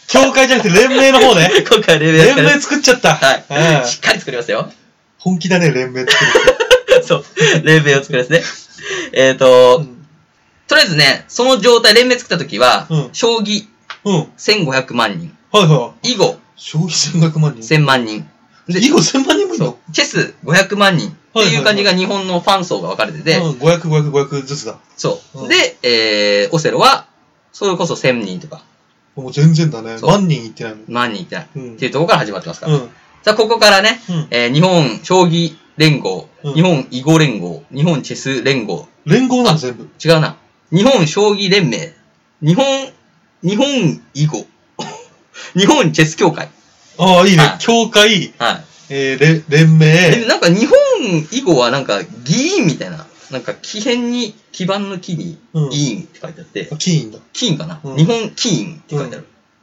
Speaker 3: 教会じゃなくて連盟の方ね。
Speaker 2: 今回レベル
Speaker 3: 連盟作っちゃった。
Speaker 2: はい。
Speaker 3: うん
Speaker 2: しっかり作りますよ。
Speaker 3: 本気だね、連盟作
Speaker 2: そう。連盟を作るんですね。えっと
Speaker 3: る。う、ん
Speaker 2: とりあえずね、その状態、連盟作った時は
Speaker 3: うん、
Speaker 2: 将棋
Speaker 3: うん。はい
Speaker 2: 1500万人、
Speaker 3: はい。
Speaker 2: 囲碁
Speaker 3: 消費千0万人。
Speaker 2: 1000万人、で
Speaker 3: 以後千万人もい
Speaker 2: そ
Speaker 3: る
Speaker 2: う
Speaker 3: の
Speaker 2: チェス500万人っていう感じが日本のファン層が分かれてて、
Speaker 3: うん、500、500、500ずつだ。
Speaker 2: そうう。
Speaker 3: ん
Speaker 2: で、えー、オセロは、それこそ1000人とか、
Speaker 3: もう全然だね。
Speaker 2: そう
Speaker 3: 万人いってないもん。
Speaker 2: 万人いってない。
Speaker 3: うん
Speaker 2: っていうところから始まってますから。
Speaker 3: うん。
Speaker 2: さあ、ここからね、
Speaker 3: うん
Speaker 2: えー日本将棋連合、
Speaker 3: うん
Speaker 2: 日本囲碁連合、日本チェス連合、
Speaker 3: 連合なの全部。
Speaker 2: 違うな。日本将棋連盟、日本、日本囲碁、 日本チェス協会。
Speaker 3: ああ、いいね
Speaker 2: はい。
Speaker 3: 協会、
Speaker 2: は
Speaker 3: えー、れ連
Speaker 2: い。で、
Speaker 3: 盟、
Speaker 2: なんか日本囲碁はなんか議員みたいな、なんか木片に、基盤の木に
Speaker 3: うん
Speaker 2: 議員って書いてあって、
Speaker 3: 金員だ。
Speaker 2: キーンかな、
Speaker 3: うん
Speaker 2: 日本キーンって書いてあ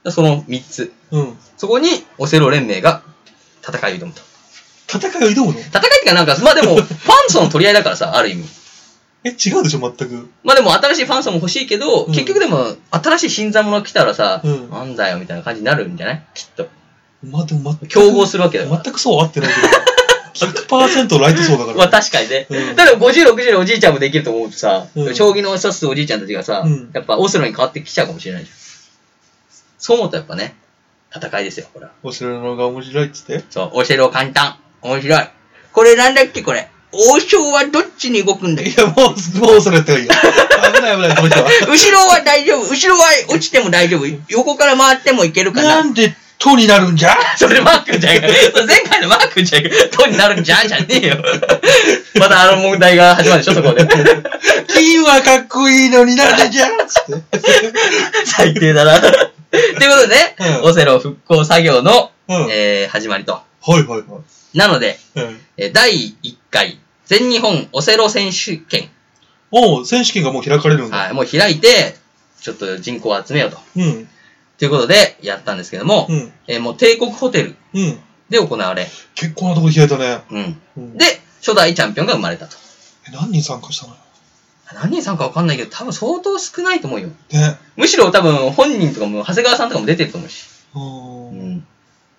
Speaker 2: る。その3つ。
Speaker 3: うん。
Speaker 2: そこにオセロ連盟が戦いを挑むと。
Speaker 3: 戦いを挑むの
Speaker 2: 戦いっていうかなんか、まあで も、ファン層の取り合いだからさ、ある意味。
Speaker 3: え、違うでしょ、全く。
Speaker 2: まあでも新しいファン層も欲しいけど、
Speaker 3: うん
Speaker 2: 結局でも新しい新参者が来たらさ、
Speaker 3: うん
Speaker 2: なんだよみたいな感じになるんじゃないきっと。
Speaker 3: まあ、でも全く。
Speaker 2: 競合するわけだから。
Speaker 3: 全くそう合ってないけど。 100%ライト層だから。
Speaker 2: まあ確かにね。
Speaker 3: うん
Speaker 2: だから50、60でおじいちゃんもできると思うとさ、
Speaker 3: うん
Speaker 2: 将棋の指すおじいちゃんたちがさ、
Speaker 3: うん
Speaker 2: やっぱオスロに変わってきちゃうかもしれないじゃん。そう思うとやっぱね、戦いですよ、これは。
Speaker 3: お城の方が面白いっつって。
Speaker 2: そう、お城簡単。面白い。これなんだっけ、これ。王将はどっちに動くんだっ
Speaker 3: い
Speaker 2: け
Speaker 3: や、もう、もうそれやったらいいよ。危ない危ない、この人は。
Speaker 2: 後ろは大丈夫。後ろは落ちても大丈夫。横から回ってもいけるか な。
Speaker 3: なんで、とになるんじゃ
Speaker 2: それマー君じゃんか。それ前回のマー君じゃんか。どうになるんじゃんじゃねえ よ。またあの問題が始まるでしょ、そこで。
Speaker 3: 金はかっこいいのになんでじゃつって。
Speaker 2: 最低だ な。ということでね、
Speaker 3: うん
Speaker 2: オセロ復興作業の、
Speaker 3: うん。はい
Speaker 2: えー始まりと。
Speaker 3: はいは
Speaker 2: なので、
Speaker 3: い。うん。
Speaker 2: えー第1回全日本オセロ選手権、
Speaker 3: もう、選手権がもう開かれるんだ。
Speaker 2: はい、もう開いて、ちょっと人口を集めようと。
Speaker 3: うん。
Speaker 2: ということで、やったんですけども、
Speaker 3: うん。
Speaker 2: えーもう帝国ホテル
Speaker 3: うん。
Speaker 2: で行われ、
Speaker 3: 結構なとこで開いたね。
Speaker 2: うん。
Speaker 3: うん、
Speaker 2: で、初代チャンピオンが生まれたと。
Speaker 3: え何人参加したのよ。
Speaker 2: 何人さんかわかんないけど、多分相当少ないと思うよ。
Speaker 3: ね。
Speaker 2: むしろ多分本人とかも、長谷川さんとかも出てると思うし。
Speaker 3: う。
Speaker 2: うんん。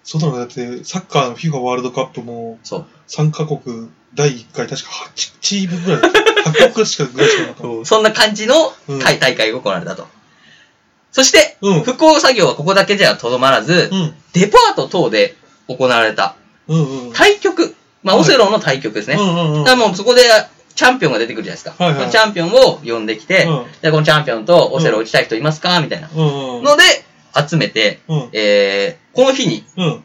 Speaker 3: そうだろうね。だって、サッカーの FIFA ワールドカップも、
Speaker 2: そう。
Speaker 3: 3カ国、第1回、確か8チームぐらい。8国しかぐらいしかなかった。うん。
Speaker 2: そんな感じの
Speaker 3: うん
Speaker 2: 大大会が行われたと。そして、
Speaker 3: うん
Speaker 2: 復興作業はここだけじゃとどまらず、デパート等で行われた
Speaker 3: うんうん。
Speaker 2: 対局。まあ、
Speaker 3: はい
Speaker 2: オセロの対局ですね。
Speaker 3: うんうんうん。
Speaker 2: だからもうそこでチャンピオンが出てくるじゃないですか。
Speaker 3: はいはい
Speaker 2: そのチャンピオンを呼んできて、
Speaker 3: うん
Speaker 2: でこのチャンピオンとオセロ打ちたい人いますかみたいな。
Speaker 3: うんうん。
Speaker 2: ので、集めて、
Speaker 3: うん。
Speaker 2: えー、この日に
Speaker 3: うん。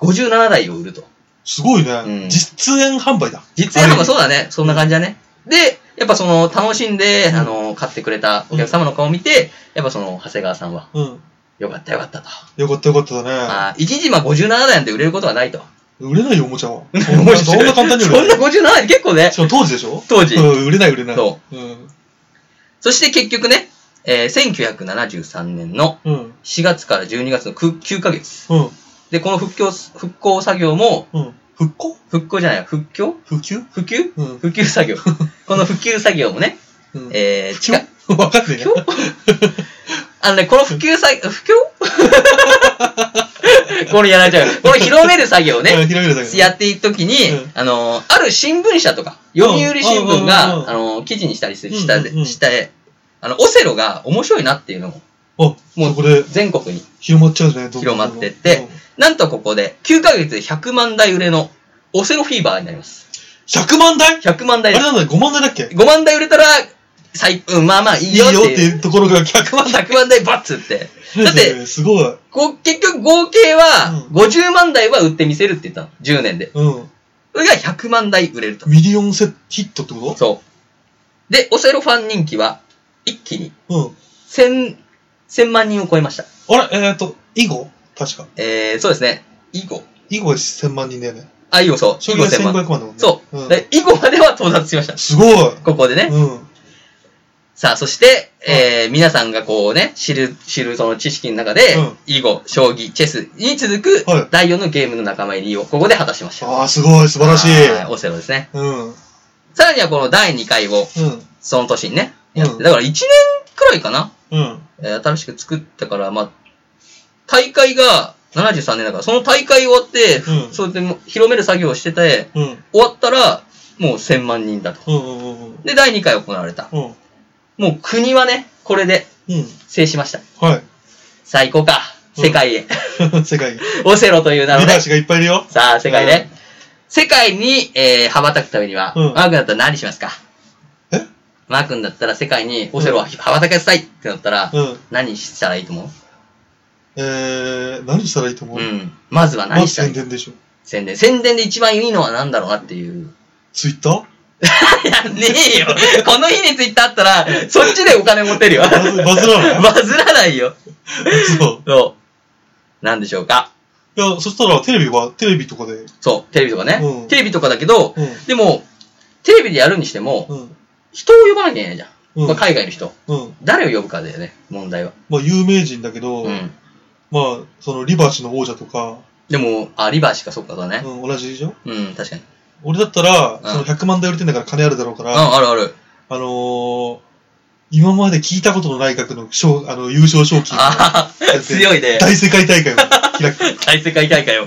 Speaker 2: 57台を売ると。
Speaker 3: すごいね。
Speaker 2: うん
Speaker 3: 実演販売だ。
Speaker 2: 実演販売そううだね。そんな感じだね。で、やっぱその、楽しんで、あの、買ってくれたお客様の顔を見て、やっぱその、長谷川さんは、
Speaker 3: うん。
Speaker 2: よかったよかったと。
Speaker 3: よかったよかっただね。
Speaker 2: あー一時まあ57台なんて売れることはないと。
Speaker 3: 売れないよ、おもち ゃは。そんなそんな簡単に売
Speaker 2: そんな
Speaker 3: れない。
Speaker 2: 57台結構ね
Speaker 3: し。かも当時でしょ
Speaker 2: 当時
Speaker 3: うん、売れない売れない。。
Speaker 2: そう
Speaker 3: うん。
Speaker 2: そして結局ね、えー1973年の
Speaker 3: うん。
Speaker 2: 4月から12月の9ヶ月。
Speaker 3: うん。
Speaker 2: で、この復興、復興作業も、
Speaker 3: うん。復興
Speaker 2: 復興じゃない、復興
Speaker 3: 普及
Speaker 2: 普及
Speaker 3: うん。
Speaker 2: 普及作業。この普及作業もね、
Speaker 3: うん
Speaker 2: えー、近、
Speaker 3: わかん ないね
Speaker 2: 今。日あのね、この普及作、不況これやられちゃう。これ広める作業を
Speaker 3: うん
Speaker 2: ね、
Speaker 3: 広めるだけど
Speaker 2: やっていくときに
Speaker 3: うん、
Speaker 2: あの、ある新聞社とか、読売新聞
Speaker 3: うんうんうんうん
Speaker 2: が、あの、記事にしたりす
Speaker 3: うん
Speaker 2: る、
Speaker 3: うんうん
Speaker 2: したで、したで、あの、オセロが面白いなっていうのも、
Speaker 3: あ、
Speaker 2: も
Speaker 3: も
Speaker 2: う
Speaker 3: うこれ、
Speaker 2: 全国に。
Speaker 3: 広まっちゃうね、どんどん
Speaker 2: 広まってって。なんとここで、9ヶ月で100万台売れの、オセロフィーバーになります。
Speaker 3: 100万台
Speaker 2: 100万
Speaker 3: あ
Speaker 2: 台
Speaker 3: れ
Speaker 2: で
Speaker 3: なんだ、5万台だっけ
Speaker 2: す。5万台売れたら、最、うん、まあまあい
Speaker 3: いい
Speaker 2: い
Speaker 3: よ
Speaker 2: よ
Speaker 3: っ
Speaker 2: ってていう。
Speaker 3: いうところが100 万台。
Speaker 2: 100万台バッツっ て。だって、
Speaker 3: すごい。
Speaker 2: こう結局合計は、
Speaker 3: う
Speaker 2: 50万台は売ってみせるって言ったの。10年で。
Speaker 3: うん。
Speaker 2: それが100万台売れると。
Speaker 3: ミリオンセヒットってこ
Speaker 2: そう。で、オセロファン人気は、一気に
Speaker 3: とうん。
Speaker 2: 1000、1000万人を超えました。
Speaker 3: あれえっと、以後確か。
Speaker 2: えー、そうですね。以後。
Speaker 3: 以後は1000万人だよね。
Speaker 2: あ、以後そう。
Speaker 3: そ
Speaker 2: 以
Speaker 3: れ
Speaker 2: 後
Speaker 3: が
Speaker 2: 1000
Speaker 3: 1500万だ
Speaker 2: 万。
Speaker 3: もんね。
Speaker 2: そう。
Speaker 3: ん
Speaker 2: で以後までは到達しました。
Speaker 3: すごい。
Speaker 2: ここでね。
Speaker 3: うん。
Speaker 2: さあ、そして、えー、皆さんがこうね、知る、知るその知識の中で、
Speaker 3: うん
Speaker 2: 囲碁、将棋、チェスに続く
Speaker 3: はい、
Speaker 2: 第4のゲームの仲間入りをここで果たしました。
Speaker 3: ああ、すごい、素晴らしい。
Speaker 2: はいオセロですね。
Speaker 3: うん。うん。
Speaker 2: さらにはこの第2回を、その年にね、やって、
Speaker 3: うん
Speaker 2: だから1年くらいかな、
Speaker 3: うん。
Speaker 2: えー新しく作ったから、まあ、大会が73年だから、その大会終わって、
Speaker 3: うん
Speaker 2: そうやってもう広める作業をしてて、
Speaker 3: うん。
Speaker 2: 終わったら、もう1000万人だと。
Speaker 3: うん。うん。うん。
Speaker 2: で、第2回行われた。
Speaker 3: うん。
Speaker 2: もう国はね、これで
Speaker 3: うん。
Speaker 2: 制しました。
Speaker 3: はい。
Speaker 2: さあ行こうか。
Speaker 3: うん
Speaker 2: 世界へ。
Speaker 3: 世界に。
Speaker 2: オセロという名の
Speaker 3: リバ
Speaker 2: ね
Speaker 3: ー。シがいっぱいいるよ。
Speaker 2: さあ、世界
Speaker 3: う
Speaker 2: ね。世界に、えー、羽ばたくためには、
Speaker 3: うん
Speaker 2: マー君だったら何しますか
Speaker 3: え
Speaker 2: マー君だったら世界にオセロは羽ばたかせたいってなったら、
Speaker 3: うん。
Speaker 2: 何したらいいと思う
Speaker 3: えー、何したらいいと思う
Speaker 2: うん。まずは
Speaker 3: ま
Speaker 2: 何
Speaker 3: ず
Speaker 2: したらい
Speaker 3: 宣
Speaker 2: い
Speaker 3: 伝でしょ。
Speaker 2: 宣伝。宣伝で一番いいのは何だろうなっていう。
Speaker 3: ツイッター
Speaker 2: いや、ねえよ。この日にツイッターあったら、そっちでお金持てるよ。
Speaker 3: バズバズらな い
Speaker 2: バズらないよ。
Speaker 3: そう。
Speaker 2: そう。なんでしょうか。
Speaker 3: いや、そしたらテレビは、テレビとかで。
Speaker 2: そう、テレビとかね。
Speaker 3: うん
Speaker 2: テレビとかだけど、
Speaker 3: うん。
Speaker 2: でも、テレビでやるにしても、
Speaker 3: うん。
Speaker 2: 人を呼ばなきゃいけないじゃん。
Speaker 3: うん
Speaker 2: まあ、海外の人。
Speaker 3: うん。
Speaker 2: 誰を呼ぶかだよね、問題は。
Speaker 3: まあ、有名人だけど、
Speaker 2: うん。
Speaker 3: まあ、その、リバーシの王者とか、
Speaker 2: でも、あ、リバーしかそうかそうだね。
Speaker 3: うん、同じでしょ
Speaker 2: うん、確かに。
Speaker 3: 俺だった
Speaker 2: ん、
Speaker 3: らその100万台売れてんだから金あるだろうか
Speaker 2: う
Speaker 3: ら、
Speaker 2: ん、あるある。
Speaker 3: あのー、今まで聞いたことのない額の賞あの優勝賞金を
Speaker 2: あ あ、強いね。
Speaker 3: 大世界大会を開く。
Speaker 2: 大世界大会を。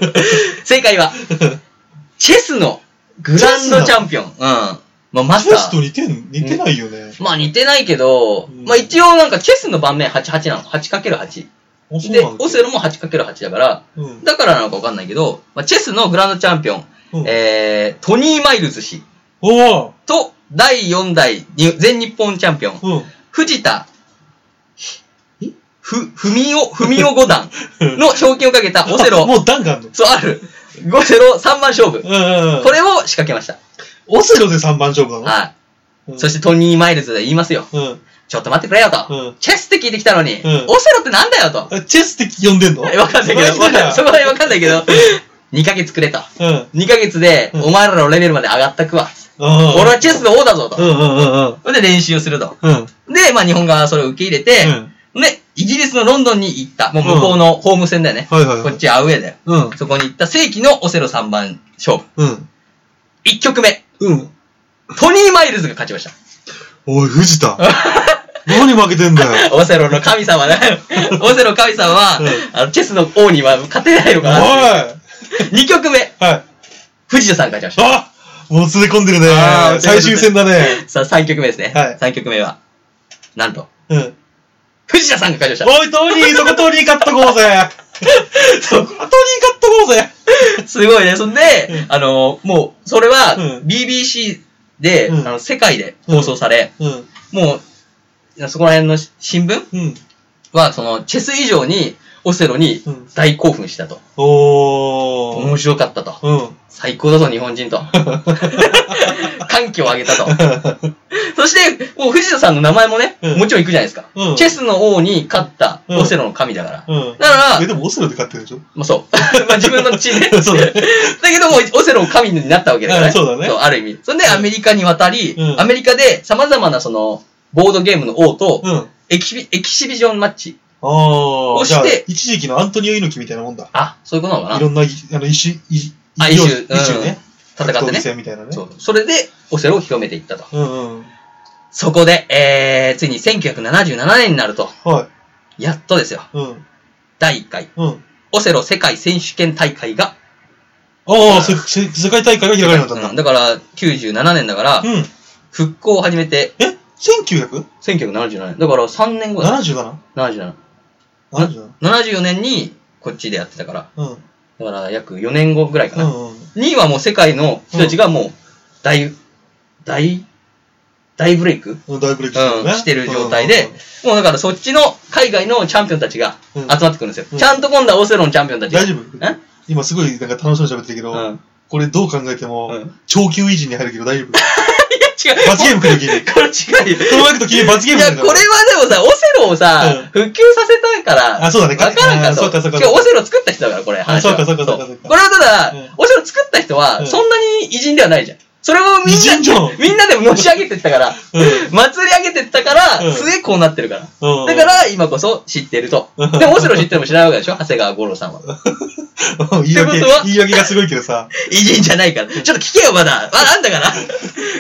Speaker 2: 正解は、チェスのグランドチャンピオン。うん。まあ、マス
Speaker 3: チ
Speaker 2: タ
Speaker 3: ェ
Speaker 2: ー。
Speaker 3: スと似てん、似てないよね。
Speaker 2: まあ似てないけど、
Speaker 3: うん
Speaker 2: まあ一応なんかチェスの盤面88なの。8×8。
Speaker 3: あ、そう
Speaker 2: で、
Speaker 3: なんだ
Speaker 2: オセロも 8×8 だから、
Speaker 3: うん。
Speaker 2: だからなのかわかんないけど、まあ、チェスのグランドチャンピオン、
Speaker 3: うん
Speaker 2: えー、トニー・マイルズ氏
Speaker 3: おー
Speaker 2: と第4代に全日本チャンピオン、
Speaker 3: うん。
Speaker 2: 藤田、ふ、ふみお、ふみお五段の賞金をかけたオセ
Speaker 3: あ
Speaker 2: ロ、
Speaker 3: もう段があんの。
Speaker 2: そうある、オセロ3番勝負
Speaker 3: う。んうん。
Speaker 2: こ、れを仕掛けました。
Speaker 3: オセロで3番勝負なの
Speaker 2: はい。
Speaker 3: うん
Speaker 2: そしてトニー・マイルズで言いますよ。
Speaker 3: うん。
Speaker 2: ちょっと待ってくれよと。
Speaker 3: うん
Speaker 2: チェスって聞いてきたのに、
Speaker 3: ん
Speaker 2: オセロってなんだよと。
Speaker 3: あチェスって呼んでんの
Speaker 2: えわかんないけど、わかんないそこら辺わかんないけど、2ヶ月くれと。
Speaker 3: うん。うん。
Speaker 2: 2ヶ月で、
Speaker 3: うん
Speaker 2: お前らのレベルまで上がったくわ。俺はチェスの王だぞ
Speaker 3: うん
Speaker 2: と。
Speaker 3: うんうん
Speaker 2: それで練習をすると。
Speaker 3: うん。うん。
Speaker 2: で、まあ日本側はそれを受け入れて、
Speaker 3: うん
Speaker 2: で、イギリスのロンドンに行った。もう向こうのホーム戦だよね。
Speaker 3: はいはいはい
Speaker 2: こっちアウェーだよ。
Speaker 3: うん。
Speaker 2: そこに行った世紀のオセロ3番勝負。
Speaker 3: うん。
Speaker 2: 1曲目。
Speaker 3: うん。
Speaker 2: トニー・マイルズが勝ちま した。
Speaker 3: おい、藤田。何負けてんだ よ。
Speaker 2: オセロの神様ね。 オセロの神様は、
Speaker 3: うん
Speaker 2: あの、チェスの王には勝てないの
Speaker 3: おい
Speaker 2: かな。2曲目、
Speaker 3: はい。
Speaker 2: 藤田さんが勝ちまし
Speaker 3: あもつれ込んでるね
Speaker 2: あ。ー
Speaker 3: 最終戦だね。
Speaker 2: た。さあ、3曲目ですね。
Speaker 3: はい
Speaker 2: 3曲目は、なんと、
Speaker 3: うん。
Speaker 2: 藤田さんが勝ちまし
Speaker 3: おい、トニー、そこトニー勝っとこうぜ。
Speaker 2: た。そう
Speaker 3: トニー勝っとこうぜ。
Speaker 2: すごいね。そんで
Speaker 3: う、
Speaker 2: あの、もう、それは
Speaker 3: う、ん
Speaker 2: BBC で、
Speaker 3: うん
Speaker 2: あの、世界で放送され、
Speaker 3: うん。
Speaker 2: もう、そこら辺の新聞
Speaker 3: うん。
Speaker 2: は、その、チェス以上に、オセロに
Speaker 3: うん
Speaker 2: 大興奮したと。
Speaker 3: おー。
Speaker 2: 面白かったと。
Speaker 3: うん。
Speaker 2: 最高だぞ、日本 人と。歓喜をあげたと。そして、もう藤田さんの名前もね、
Speaker 3: うん
Speaker 2: もちろん行くじゃないですか。
Speaker 3: うん
Speaker 2: チェスの王に勝った
Speaker 3: うん
Speaker 2: オセロの神だから。
Speaker 3: うん。
Speaker 2: だから
Speaker 3: え、でもオセロで勝ってるでしょ
Speaker 2: まあそう。 まあ自分の血ね。
Speaker 3: そうだね
Speaker 2: だけども、オセロの神になったわけだから
Speaker 3: うんそうだね
Speaker 2: ある意味。そんでアメリカに渡り、
Speaker 3: うん
Speaker 2: アメリカで様々なその、ボードゲームの王と
Speaker 3: うん。
Speaker 2: エキシビ、エキシビジョンマッチ。
Speaker 3: ああ。
Speaker 2: 押
Speaker 3: じゃ
Speaker 2: し
Speaker 3: あ
Speaker 2: て、
Speaker 3: 一時期のアントニオ猪木みたいなもんだ。
Speaker 2: あ、そういうことなのか
Speaker 3: い
Speaker 2: な
Speaker 3: ろんな、いあの、一種、一
Speaker 2: あ
Speaker 3: 一
Speaker 2: 一種
Speaker 3: 一種ね。
Speaker 2: 戦っ
Speaker 3: 格
Speaker 2: て
Speaker 3: 闘技
Speaker 2: ね。
Speaker 3: 戦みたいなね。
Speaker 2: そう。それで、オセロを広めていったと。
Speaker 3: うんうん。
Speaker 2: そこで、えー、ついに1977年になると、
Speaker 3: は
Speaker 2: やっとですよ。
Speaker 3: い。うん。
Speaker 2: 第1回、
Speaker 3: うん。
Speaker 2: オセロ世界選手権大会が、
Speaker 3: ああ、せせ世界大会が開かれなかった
Speaker 2: うんんだ
Speaker 3: だ。
Speaker 2: から、97年だから
Speaker 3: う、ん。
Speaker 2: 復興を始めて、
Speaker 3: え ?1977?77?
Speaker 2: 1977年。だから3年後だ。77。
Speaker 3: 77?
Speaker 2: 74年にこっちでやってたから、
Speaker 3: うん。
Speaker 2: だから約4年後ぐらいか
Speaker 3: う
Speaker 2: な。
Speaker 3: んうん。
Speaker 2: にはもう世界の人たちがもう大、大、大ブレイク、
Speaker 3: うん大ブレイクして
Speaker 2: う
Speaker 3: る
Speaker 2: ん、
Speaker 3: ね。
Speaker 2: してる状態で、もうだからそっちの海外のチャンピオンたちが集
Speaker 3: うん
Speaker 2: まってくるんですよ。
Speaker 3: うん
Speaker 2: ちゃんと今度はオセロのチャンピオンたちが。
Speaker 3: 大丈夫
Speaker 2: え
Speaker 3: 今すごいなんか楽しそうに喋ってるけ
Speaker 2: う
Speaker 3: ど、
Speaker 2: ん。
Speaker 3: これどう考えて
Speaker 2: う
Speaker 3: も
Speaker 2: ん、
Speaker 3: 長久維持に入るけど大丈夫。
Speaker 2: 違う。
Speaker 3: 罰ゲームくれ、君。
Speaker 2: これ違うよ。
Speaker 3: そのマイクと君罰
Speaker 2: い
Speaker 3: ゲーム
Speaker 2: や、
Speaker 3: だから
Speaker 2: これはでもさ、オセロをさ、復旧させたから、
Speaker 3: あ、そうだね。
Speaker 2: わからんか
Speaker 3: あ
Speaker 2: と。
Speaker 3: そうかそうか。
Speaker 2: 今日オセロ作った人だから、これ。話は
Speaker 3: そうかそうかそうかそうか
Speaker 2: これはただ、
Speaker 3: うん
Speaker 2: オセロ作った人
Speaker 3: う
Speaker 2: は、
Speaker 3: ん
Speaker 2: そんなに偉人ではないじゃん。それをみ
Speaker 3: 偉人じゃ
Speaker 2: ん
Speaker 3: ん
Speaker 2: な、みんなで持ち上げてったから、
Speaker 3: う
Speaker 2: 祭り上げてったから、
Speaker 3: うん
Speaker 2: すげえこうなってるから。
Speaker 3: うん
Speaker 2: だから、今こそ知ってると。
Speaker 3: うん
Speaker 2: でも、オセロ知っても知らないわけでしょ長谷川五郎さんは。
Speaker 3: 言い訳、
Speaker 2: ってことは
Speaker 3: 言い訳がすごいけど さ。
Speaker 2: 偉人じゃないから。ちょっと聞けよ、まだ。まだあんだから。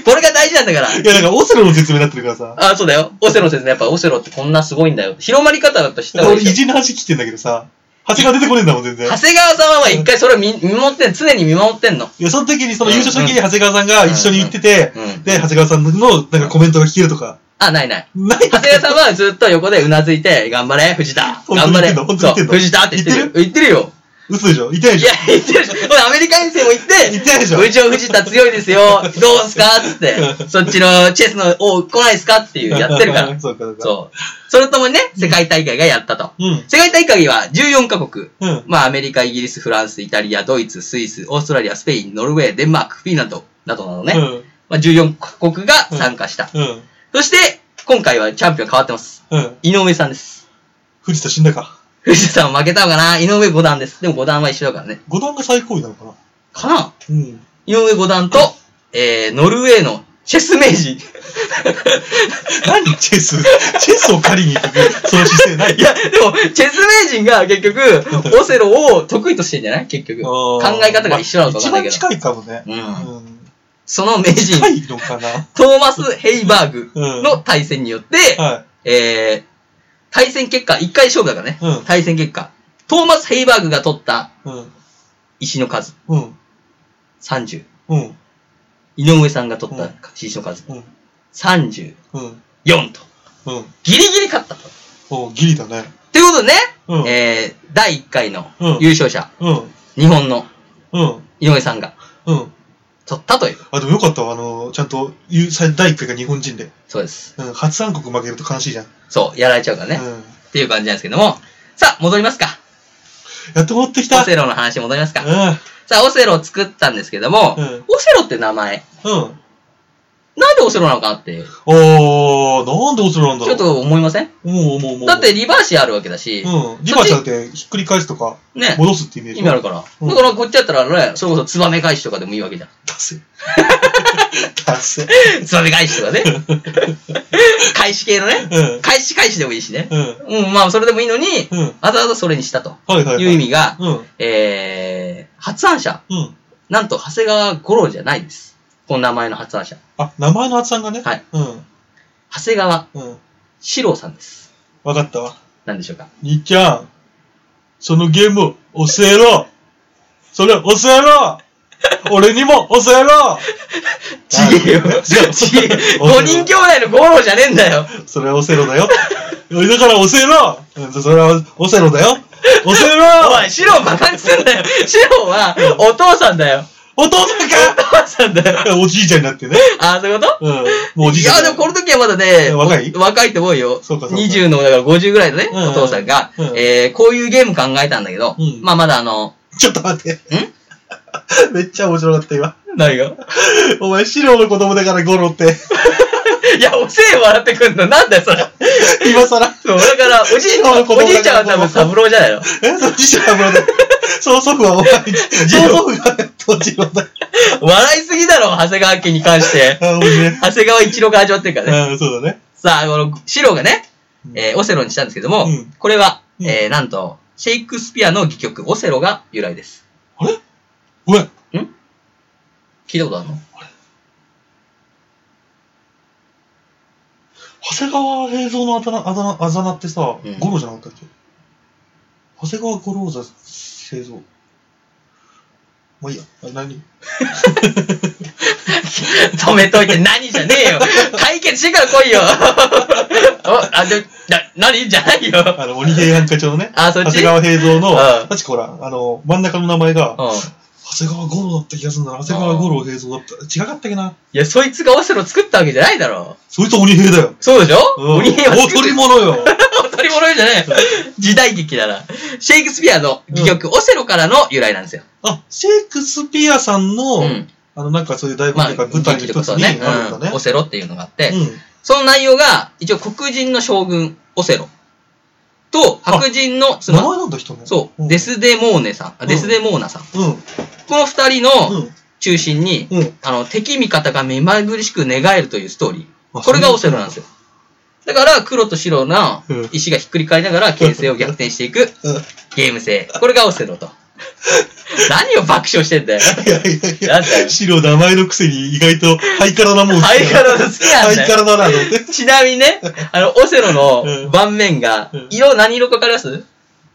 Speaker 2: これが大事なんだから。
Speaker 3: いや、なんかオセロの説明になってるからさ。
Speaker 2: あ、そうだよ。オセロの説明、やっぱオセロってこんなすごいんだよ。広まり方だと知った方がい
Speaker 3: 俺、
Speaker 2: いで
Speaker 3: 偉
Speaker 2: しょ。
Speaker 3: 人の話聞いてんだけどさ、長谷川出てこねえんだもん、全然。
Speaker 2: 長谷川さんはまあ一回それを見見守ってん、長谷川さんは見守ってん、常に見守ってんの。
Speaker 3: いや、その時に、その優勝した時に長谷川さんが一緒に行ってて
Speaker 2: うんうん、
Speaker 3: で、長谷川さんの、なんかコメントが聞けるとか。
Speaker 2: あ、ない ない。
Speaker 3: ない
Speaker 2: 長谷川さんはずっと横でうなずいて、頑張れ、藤田
Speaker 3: 本当
Speaker 2: 頑張
Speaker 3: に言っ
Speaker 2: れ
Speaker 3: てんの本当に言ってんの
Speaker 2: そう藤田って言ってるよ。言ってるよ。
Speaker 3: 嘘でしょ痛いで
Speaker 2: い
Speaker 3: しょ
Speaker 2: や、言ってるし。俺アメリカ遠征も行って、
Speaker 3: 言ってないでしょ
Speaker 2: 部長藤田強い ですよ。どうすかっつって。そっちのチェスの王来ないっすかって いうやってるから。
Speaker 3: そうか、そうか。
Speaker 2: そう。それともね、世界大会がやったと。
Speaker 3: うん。
Speaker 2: 世界大会は14カ国。
Speaker 3: うん。
Speaker 2: まあ、アメリカ、イギリス、フランス、イタリア、ドイツ、スイス、オーストラリア、スペイン、ノルウェー、デンマーク、フィンランド、などなどね。
Speaker 3: うん。
Speaker 2: まあ、14カ国が参加した。
Speaker 3: うん。
Speaker 2: そして、今回はチャンピオン変わってます。
Speaker 3: うん。
Speaker 2: 井上さんです。
Speaker 3: 藤田死んだか。
Speaker 2: 藤田さんは負けたのかな井上五段です。でも五段は一緒だからね。
Speaker 3: 五段が最高位なのかな
Speaker 2: かな
Speaker 3: うん。
Speaker 2: 井上五段と、えー、ノルウェーのチェス名人。
Speaker 3: 何チェス チェスを借りに行くその姿勢ない
Speaker 2: いや、でも、チェス名人が結局、オセロを得意としてんじゃない結局。 考え方が一緒なのかわかんないけど
Speaker 3: 一番近いかもね。
Speaker 2: うん。
Speaker 3: うん
Speaker 2: その名人
Speaker 3: 近、いのかな
Speaker 2: トーマス・ヘイバーグの対戦によって、
Speaker 3: は
Speaker 2: えー、対戦結果、一回勝負だからね。
Speaker 3: うん
Speaker 2: 対戦結果。トーマス・ヘイバーグが取った
Speaker 3: い。うん。
Speaker 2: 石の数、
Speaker 3: うん。
Speaker 2: 30。
Speaker 3: うん。
Speaker 2: 井上さんが取っ
Speaker 3: う
Speaker 2: た
Speaker 3: ん
Speaker 2: 新種の数、
Speaker 3: うん。
Speaker 2: 34
Speaker 3: うん。
Speaker 2: と。
Speaker 3: うん。
Speaker 2: ギリギリ勝ったと。
Speaker 3: おギリだね。
Speaker 2: ということでね、
Speaker 3: うん
Speaker 2: えー、第1回の
Speaker 3: うん
Speaker 2: 優勝者、
Speaker 3: うん。
Speaker 2: 日本の
Speaker 3: うん。
Speaker 2: 井上さんが
Speaker 3: うん。
Speaker 2: 取ったという。
Speaker 3: あ、でもよかったわ。あの、ちゃんと、ゆ最第1回が日本人で。
Speaker 2: そうです。
Speaker 3: うん。初三国負けると悲しいじゃん。
Speaker 2: そう、やられちゃうからね。
Speaker 3: う
Speaker 2: っ
Speaker 3: ん。
Speaker 2: ていう感じなんですけども。さあ、戻りますか。
Speaker 3: やっと持ってきた。
Speaker 2: オセロの話に戻りますか。
Speaker 3: う
Speaker 2: さあ、オセロを作ったんですけども、
Speaker 3: うん
Speaker 2: オセロって名前、
Speaker 3: ん。うん。
Speaker 2: なんでオセロなのかなって、ち
Speaker 3: おー、なんでオセロなんだろ
Speaker 2: ょ
Speaker 3: う。
Speaker 2: っ、と思いません
Speaker 3: もう、もう、もう。
Speaker 2: だって、リバーシあるわけだし、
Speaker 3: うん。リバーちゃんって、ひっくり返すとか、
Speaker 2: ね、
Speaker 3: 戻すってイメージ。
Speaker 2: 意味あるから。
Speaker 3: うん
Speaker 2: だからこっちやったらね、それこそツバメ返しとかでもいいわけ じゃん。
Speaker 3: 達成。達成。
Speaker 2: ツバメ返しとか ね。返し系のね。
Speaker 3: うん。
Speaker 2: 返し返しでもいいしね。
Speaker 3: うん。
Speaker 2: うん、まあそれでもいいのに、
Speaker 3: うん。
Speaker 2: あとあとそれにしたと
Speaker 3: はいはい、はい。
Speaker 2: いう意。味が、
Speaker 3: うん。
Speaker 2: えー、発案者、
Speaker 3: うん。
Speaker 2: なんと長谷川五郎じゃないです。この名前の発案者。
Speaker 3: あ、名前の発音がね。
Speaker 2: はい。
Speaker 3: うん。
Speaker 2: 長谷川
Speaker 3: うん。
Speaker 2: 四郎さんです。
Speaker 3: わかったわ。
Speaker 2: なんでしょうか。
Speaker 3: 兄ちゃん、そのゲーム、教えろそれ、教えろ俺にも教えろ
Speaker 2: ちげえよ。
Speaker 3: あ
Speaker 2: ちげえ。
Speaker 3: オセロ
Speaker 2: 5人兄弟の五郎じゃねえんだよ。
Speaker 3: それはオセロだよ。だからオセロうんそれはオセロだよ。オセロ
Speaker 2: おい、四郎バカにすんなよ。四郎はお父さんだよ。
Speaker 3: お父さん
Speaker 2: お
Speaker 3: か
Speaker 2: 父さんだよ。
Speaker 3: おじいちゃんになってね。
Speaker 2: あー、そういうこと
Speaker 3: うん。もうおじい
Speaker 2: い
Speaker 3: ちゃん
Speaker 2: や、
Speaker 3: だ
Speaker 2: で
Speaker 3: よ。
Speaker 2: もこの時はまだね、
Speaker 3: 若い
Speaker 2: 若いと思うよ。
Speaker 3: そうかそうか
Speaker 2: 20の、だから50ぐらいのね、
Speaker 3: うん
Speaker 2: お父さんが、
Speaker 3: うん
Speaker 2: えー、こういうゲーム考えたんだけど、
Speaker 3: うん
Speaker 2: まあまだあの、
Speaker 3: ちょっと待って。めっちゃ面白かった今。
Speaker 2: 何が
Speaker 3: お前、シロの子供だからゴロって。
Speaker 2: いや、おせえ笑ってくんの、なんだよ、それ。
Speaker 3: 今更。
Speaker 2: そう、だ から、おじいちゃん、おじいちゃんは多分三郎じゃないの。
Speaker 3: えそっちじゃないだ。曽祖父はお前、曽 祖父がとジロだ。
Speaker 2: 笑いすぎだろ、長谷川家に関 して。
Speaker 3: あ、面白い。
Speaker 2: 長谷川一郎が味わってるからね。
Speaker 3: うん、そうだね。
Speaker 2: さあ、この、シロがね、
Speaker 3: うん
Speaker 2: えー、オセロにしたんですけども、
Speaker 3: うん
Speaker 2: これは、
Speaker 3: うん
Speaker 2: えー、なんと、シェイクスピアの戯曲、オセロが由来です。
Speaker 3: あれごめん。
Speaker 2: 聞いたこと あるの
Speaker 3: 長谷川平蔵のあだ名、あだ名、あざなってさ、
Speaker 2: うん
Speaker 3: 五郎じゃなかったっけ長谷川五郎座平蔵。まあいいや。あ何
Speaker 2: 止めといて何じゃねえよ解決してから 来いよお、あ、で、な、何じゃないよ。
Speaker 3: あの、鬼平犯科帳のね
Speaker 2: あ、そ
Speaker 3: 長
Speaker 2: っ
Speaker 3: 谷
Speaker 2: ち
Speaker 3: 川平蔵の、
Speaker 2: うん
Speaker 3: 確かほら、あの、真ん中の名前が、
Speaker 2: うん。
Speaker 3: 長谷川五郎だった気がするんだな。長谷川五郎平蔵だった。違かったっけな。
Speaker 2: いや、そいつがオセロ作ったわけじゃないだろ。
Speaker 3: そいつは鬼平だよ。
Speaker 2: そうでしょ
Speaker 3: うん
Speaker 2: 鬼平は
Speaker 3: お取 り物よ。
Speaker 2: 取り物じゃねえ。時代劇だな。シェイクスピアの戯曲、オセロからの由来なんですよ。
Speaker 3: あ、シェイクスピアさんの、
Speaker 2: うん。
Speaker 3: あの、なんかそういう台
Speaker 2: ま
Speaker 3: 本
Speaker 2: あ、
Speaker 3: とか
Speaker 2: 劇
Speaker 3: 舞台の
Speaker 2: と
Speaker 3: 一
Speaker 2: か
Speaker 3: つ
Speaker 2: そう
Speaker 3: にある
Speaker 2: ね
Speaker 3: んだね
Speaker 2: う。ん。オセロっていうのがあって、
Speaker 3: うん。
Speaker 2: その内容が、一応黒人の将軍、オセロ。と、白人の
Speaker 3: 名
Speaker 2: 妻。
Speaker 3: 前なんだ人ね。
Speaker 2: そう、
Speaker 3: ん
Speaker 2: デ。スデモーネさん。あ
Speaker 3: うん
Speaker 2: デスデモーナさん。
Speaker 3: うん。
Speaker 2: この二人の、
Speaker 3: うん。
Speaker 2: 中心に、
Speaker 3: うん。
Speaker 2: あの、敵味方が目まぐるしく寝返るというストーリー。
Speaker 3: あ
Speaker 2: これがオセロなんですよ。だから、黒と白の
Speaker 3: うん
Speaker 2: 石がひっくり返りながら形勢を逆転していく
Speaker 3: うん。い
Speaker 2: ゲーム性。これがオセ ロと。何を爆笑してんだよ。
Speaker 3: やいやい
Speaker 2: な
Speaker 3: や。
Speaker 2: んだよ。
Speaker 3: 白名前のくせに意外とハイカラなもん
Speaker 2: ハイカラの好きなんだ
Speaker 3: ハイカ
Speaker 2: よ。
Speaker 3: ラだなと思って。
Speaker 2: ちなみにね、 あの、オセロ
Speaker 3: う
Speaker 2: の
Speaker 3: ん
Speaker 2: 盤面が
Speaker 3: うん、
Speaker 2: 色何色かわかります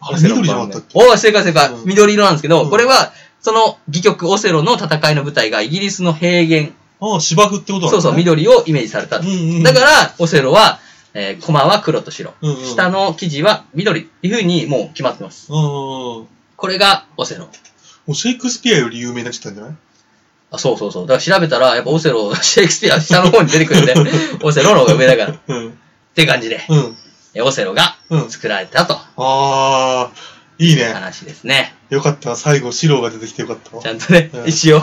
Speaker 3: あれ緑じゃなかったっけ
Speaker 2: おお、正解正解
Speaker 3: う。ん
Speaker 2: 緑色なんですけど、
Speaker 3: うん
Speaker 2: これは、その、戯曲オセロの戦いの舞台がイギリスの平原。
Speaker 3: ああ、芝生ってことだね。
Speaker 2: そうそう、緑をイメージされた。
Speaker 3: うんうん。
Speaker 2: だから、オセロは、えー、コマは黒と白。
Speaker 3: うんうん
Speaker 2: 下の生地は緑っていう風にもう決まってます。
Speaker 3: うんうんうん。も
Speaker 2: これがオセロ。
Speaker 3: うシェイクスピアより有名になっちゃったんじゃない
Speaker 2: あ、そうそうそう。だから調べたら、やっぱオセロ、シェイクスピア下の方に出てくるんで、 オセロの方が上だから。っ
Speaker 3: うん。
Speaker 2: ていう感じで、
Speaker 3: うん。
Speaker 2: えオセロが
Speaker 3: うん。
Speaker 2: 作られたと
Speaker 3: ああ、いい
Speaker 2: いう
Speaker 3: ね。
Speaker 2: 話ですね。
Speaker 3: よかった。最後、白が出てきてよかったわ
Speaker 2: ち。ゃんとね
Speaker 3: う、ん
Speaker 2: 一応。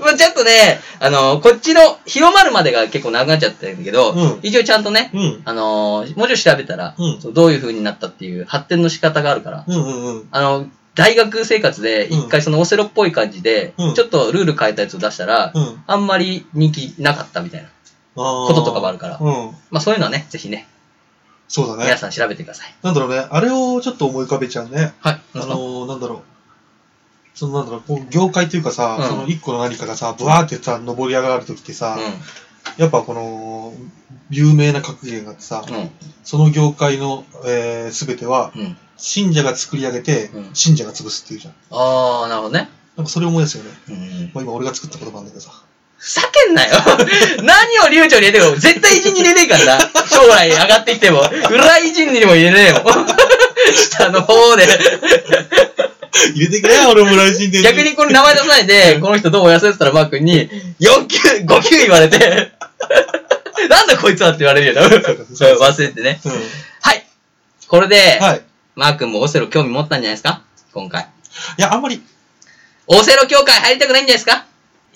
Speaker 2: まあちょっとね、あのこっちの広まるまでが結構長くなっちゃってるんだけど、
Speaker 3: うん
Speaker 2: 一応ちゃんとね、
Speaker 3: うん。
Speaker 2: あのもうちょい調べたら、
Speaker 3: うん
Speaker 2: そうどういう風になったっていう発展の仕方があるから、
Speaker 3: うんうんうん。
Speaker 2: あの、大学生活で一回そのオセロっぽい感じで、
Speaker 3: うん
Speaker 2: ちょっとルール変えたやつを出したら、
Speaker 3: うん。
Speaker 2: あんまり人気なかったみたいな
Speaker 3: こ
Speaker 2: こととかもあるから、
Speaker 3: うん。
Speaker 2: まあそういうのはね、ぜひね、
Speaker 3: そうだ
Speaker 2: 皆
Speaker 3: ね。
Speaker 2: さん調べてください。
Speaker 3: なんだろうね。あれをちょっと思い浮かべちゃうね。
Speaker 2: はい。
Speaker 3: あのー、なんだろう。そのなんだろう、こう業界というかさ、
Speaker 2: うん
Speaker 3: その一個の何かがさ、ブワーってさ、登り上がるときってさ、やっぱこの、有名な格言があってさ、
Speaker 2: うん、うん、
Speaker 3: その業界の、えー、全ては、
Speaker 2: うん。
Speaker 3: 信者が作り上げて
Speaker 2: う、ん
Speaker 3: 信者が潰すっていうじゃん。
Speaker 2: ああ、なるほどね。
Speaker 3: なんかそれ思い出すよね。
Speaker 2: うん
Speaker 3: まあ今俺が作った言葉なんだけどさ。
Speaker 2: ふざけんなよ 何を流暢に入れても絶対偉人に入れねえからな。将来上がってきても。裏偉人にも入れねえよ。 下の方 で。
Speaker 3: 入れてくれよ、俺も来人で。
Speaker 2: 逆にこれ名前出さないで、この人どうも痩せてたらマー君に、4級、5級言われて、 なんだこいつはって言われるよ、多
Speaker 3: そうか
Speaker 2: 分。
Speaker 3: そうか
Speaker 2: 忘れてね。
Speaker 3: うん。
Speaker 2: はい。これで、
Speaker 3: はい。
Speaker 2: マー君もオセロ興味持ったんじゃないですか今回。
Speaker 3: いや、あんまり、
Speaker 2: オセロ協会入りたくないんじゃないですか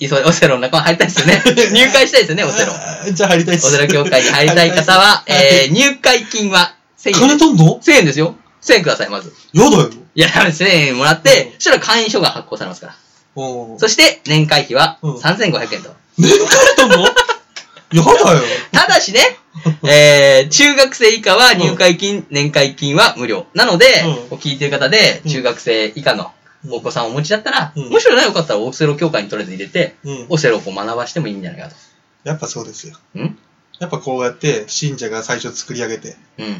Speaker 2: いっそオセロの仲間入りたいですよ ね。入会したいですよね、オセロ。
Speaker 3: あーじゃあ入りたい
Speaker 2: オセロ協会に入りたい方 は、えー、入会金は1000円
Speaker 3: ー金
Speaker 2: です。
Speaker 3: 取んの
Speaker 2: 1000円ですよ。1000円ください、まず。
Speaker 3: やだよ。
Speaker 2: いや、ダメです。1000円もらって、そしたら会員証が発行されますから。
Speaker 3: うん。
Speaker 2: そして、年会費は
Speaker 3: うん
Speaker 2: 3500円と。
Speaker 3: 年間取んのやだよ。
Speaker 2: ただしね、えー、中学生以下は入会金、年会金は無料。なので、
Speaker 3: う
Speaker 2: 聞いてる方で、
Speaker 3: うん
Speaker 2: 中学生以下のお子さんをお持ちだったら、
Speaker 3: うん
Speaker 2: むしろね、よかったらオセロ協会にとりあえず入れて、
Speaker 3: うん。
Speaker 2: オセロをこう学ばしてもいいんじゃないか
Speaker 3: やっぱそうですよ。
Speaker 2: と。ん
Speaker 3: やっぱこうやって、信者が最初作り上げて、
Speaker 2: うん。い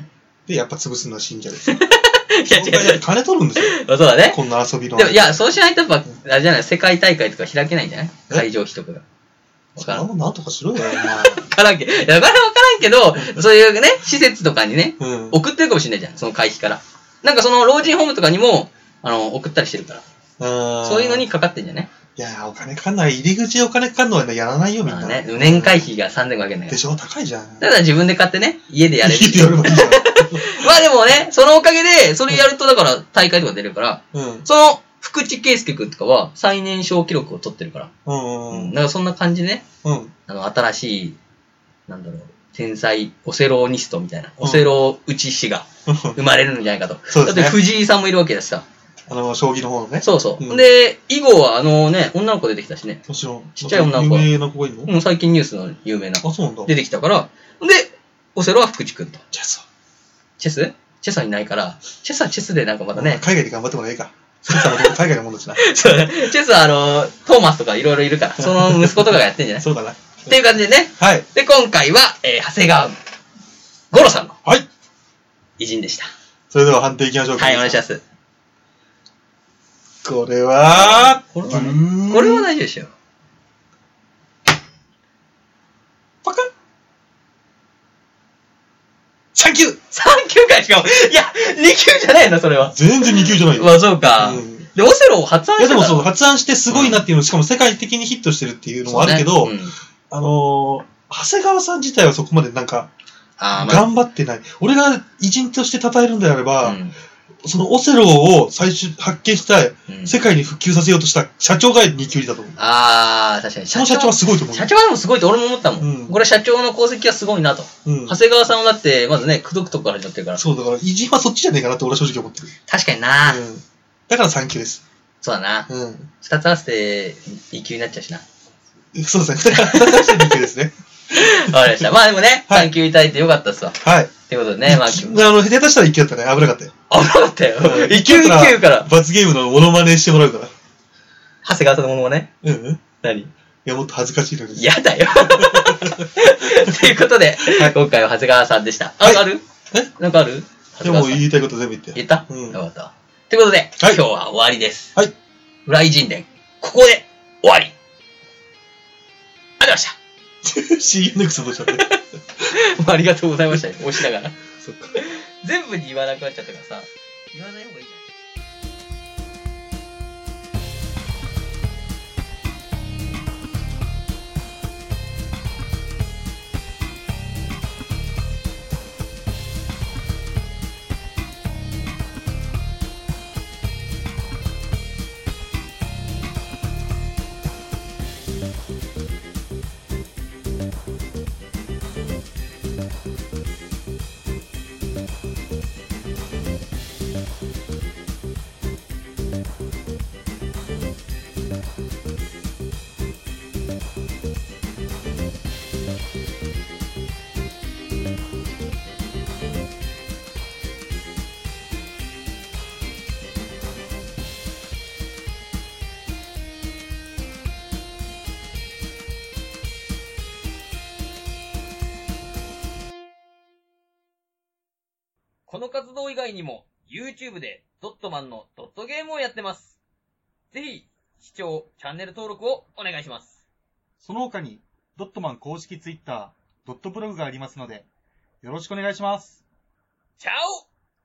Speaker 3: で、やっぱ潰すのは信 者ですよ。
Speaker 2: や、
Speaker 3: 教会だ
Speaker 2: 違
Speaker 3: っ
Speaker 2: う
Speaker 3: て。金取るんですよ。
Speaker 2: そうだね。
Speaker 3: こんな遊びの。
Speaker 2: でも、いや、そうしないとやっぱ、あれじゃない、世界大会とか開けないんじゃない会場費とかが。わ
Speaker 3: そ
Speaker 2: か
Speaker 3: ん
Speaker 2: ら。
Speaker 3: なんもんなんとかしろよ、
Speaker 2: わからんけど、いやわからんけど、そういうね、施設とかにね、
Speaker 3: お前。うん。
Speaker 2: 送ってるかもしれないじゃん、その会費から。なんかその老人ホームとかにも、あの、送ったりしてるから。そういうのに。かかってんじゃね
Speaker 3: いやー、お金かかんない。入り口でお金かかんのはねやらないよ、みん
Speaker 2: まあ
Speaker 3: な。
Speaker 2: ね、年会費が3500円だか
Speaker 3: で
Speaker 2: ら。
Speaker 3: しょ高いじゃん。
Speaker 2: だから自分で買ってね、家でやれる。
Speaker 3: やればいいじゃん。
Speaker 2: まあでもね、そのおかげで、それやるとだから大会とか出れるから、
Speaker 3: うん。
Speaker 2: その福地圭介くんとかは最年少記録を取ってるから。
Speaker 3: うん。う
Speaker 2: うん。
Speaker 3: ん
Speaker 2: だからそんな感じでね、
Speaker 3: うん。
Speaker 2: あの、新しい、なんだろう、天才オセロニストみたいな、
Speaker 3: うん
Speaker 2: オセロ打ち師が生まれるんじゃないかと。
Speaker 3: そうですね
Speaker 2: だって藤井さんもいるわけだしさ。
Speaker 3: あの、将棋の方のね。
Speaker 2: そうそう。
Speaker 3: うん
Speaker 2: で、以後はあのね、女の子出てきたしね。
Speaker 3: もちろん。
Speaker 2: ちっちゃい女の子
Speaker 3: 有名な子がいるの、
Speaker 2: うん、最近ニュースの有名な。
Speaker 3: あ、そうなんだ。
Speaker 2: 出てきたから。で、オセロは福地くんと。
Speaker 3: じゃあさ、
Speaker 2: チェスチェスはいないから、チェスはチェスでなんかまた
Speaker 3: ね
Speaker 2: ね、
Speaker 3: 海外で頑張ってもらえか。スーさんのこと海外のも んだしな。
Speaker 2: そうチェスはあの、トーマスとかいろいろいるから、その息子とかがやってんじゃない
Speaker 3: そうだな。
Speaker 2: っていう感じでね。
Speaker 3: はい。
Speaker 2: で、今回は、えー、長谷川五郎さんの
Speaker 3: はい。
Speaker 2: 偉人でした。
Speaker 3: それでは判定いきましょうか。
Speaker 2: はい、お願いします。
Speaker 3: これは、
Speaker 2: これはね
Speaker 3: うーん
Speaker 2: これは大丈夫でしょ。
Speaker 3: パカンサンキュー
Speaker 2: 3級かしかも。いや、2級じゃないな、それは。
Speaker 3: 全然2級じゃないよ。
Speaker 2: まあ、そうか。
Speaker 3: うん
Speaker 2: で、オセロを発案
Speaker 3: いやでも
Speaker 2: たか
Speaker 3: そう、
Speaker 2: ら
Speaker 3: 発案してすごいなっていうの、しかも世界的にヒットしてるっていうのもあるけど、
Speaker 2: そうねうん
Speaker 3: あのー、長谷川さん自体はそこまでなんか、
Speaker 2: あーまあ
Speaker 3: 頑張ってない。俺が偉人として称えるんであれば、
Speaker 2: うん
Speaker 3: そのオセロを最終発見したい、
Speaker 2: うん
Speaker 3: 世界に復旧させようとした社長が2級だと思う。
Speaker 2: ああ、確かに。
Speaker 3: その社長はすごいと思う。
Speaker 2: 社長はでもすごいって俺も思ったもん。
Speaker 3: うん
Speaker 2: これ社長の功績はすごいなと。
Speaker 3: うん
Speaker 2: 長谷川さんはだって、まずね、くどくとこから始まってるから。
Speaker 3: そう、だから偉人はそっちじゃねえかなって俺は正直思ってる。
Speaker 2: 確かにな、
Speaker 3: うん、だから3級です。
Speaker 2: そうだな。
Speaker 3: うん。
Speaker 2: 二つ合わせて2級になっちゃう しな。
Speaker 3: そうですね。2から出して2級 ですね。
Speaker 2: わかりました。まあでもね、
Speaker 3: はい
Speaker 2: 3級いただいてよかったっすわ。
Speaker 3: はい。
Speaker 2: ってことでね、まあ、
Speaker 3: 一あの、下手したら1級だったね。危なかったよ。
Speaker 2: あ、分かったよ。1級
Speaker 3: だ
Speaker 2: 1
Speaker 3: った
Speaker 2: 級から。
Speaker 3: 罰ゲームのモノマネしてもらうから。
Speaker 2: 長谷川さんのものもね。
Speaker 3: うんうん。い
Speaker 2: 何
Speaker 3: や、もっと恥ずかしいのに。
Speaker 2: やだよ。 ということで、今回は長谷川さんでした。あ、
Speaker 3: はい
Speaker 2: ある
Speaker 3: え
Speaker 2: なんかある
Speaker 3: で
Speaker 2: 長谷川
Speaker 3: も
Speaker 2: さん
Speaker 3: 言いたいこと全部言って。
Speaker 2: 言った、
Speaker 3: うん
Speaker 2: よかった。ということで、
Speaker 3: はい
Speaker 2: 今日は終わりです。
Speaker 3: はい。
Speaker 2: ライ人伝、ここで終わり。ありがとうございました。
Speaker 3: CNX どうしちゃっ た。
Speaker 2: ありがとうございました、ね。押しな がら。
Speaker 3: そっか。
Speaker 2: 全部に言わなくなっちゃったからさ、言わない方がいいじゃん。この活動以外にも、YouTube でドットマンのドットゲームをやってます。ぜひ、視聴、チャンネル登録をお願いします。
Speaker 4: その他に、ドットマン公式ツイッター、ドットブログがありますので、よろしくお願いします。
Speaker 2: チャオ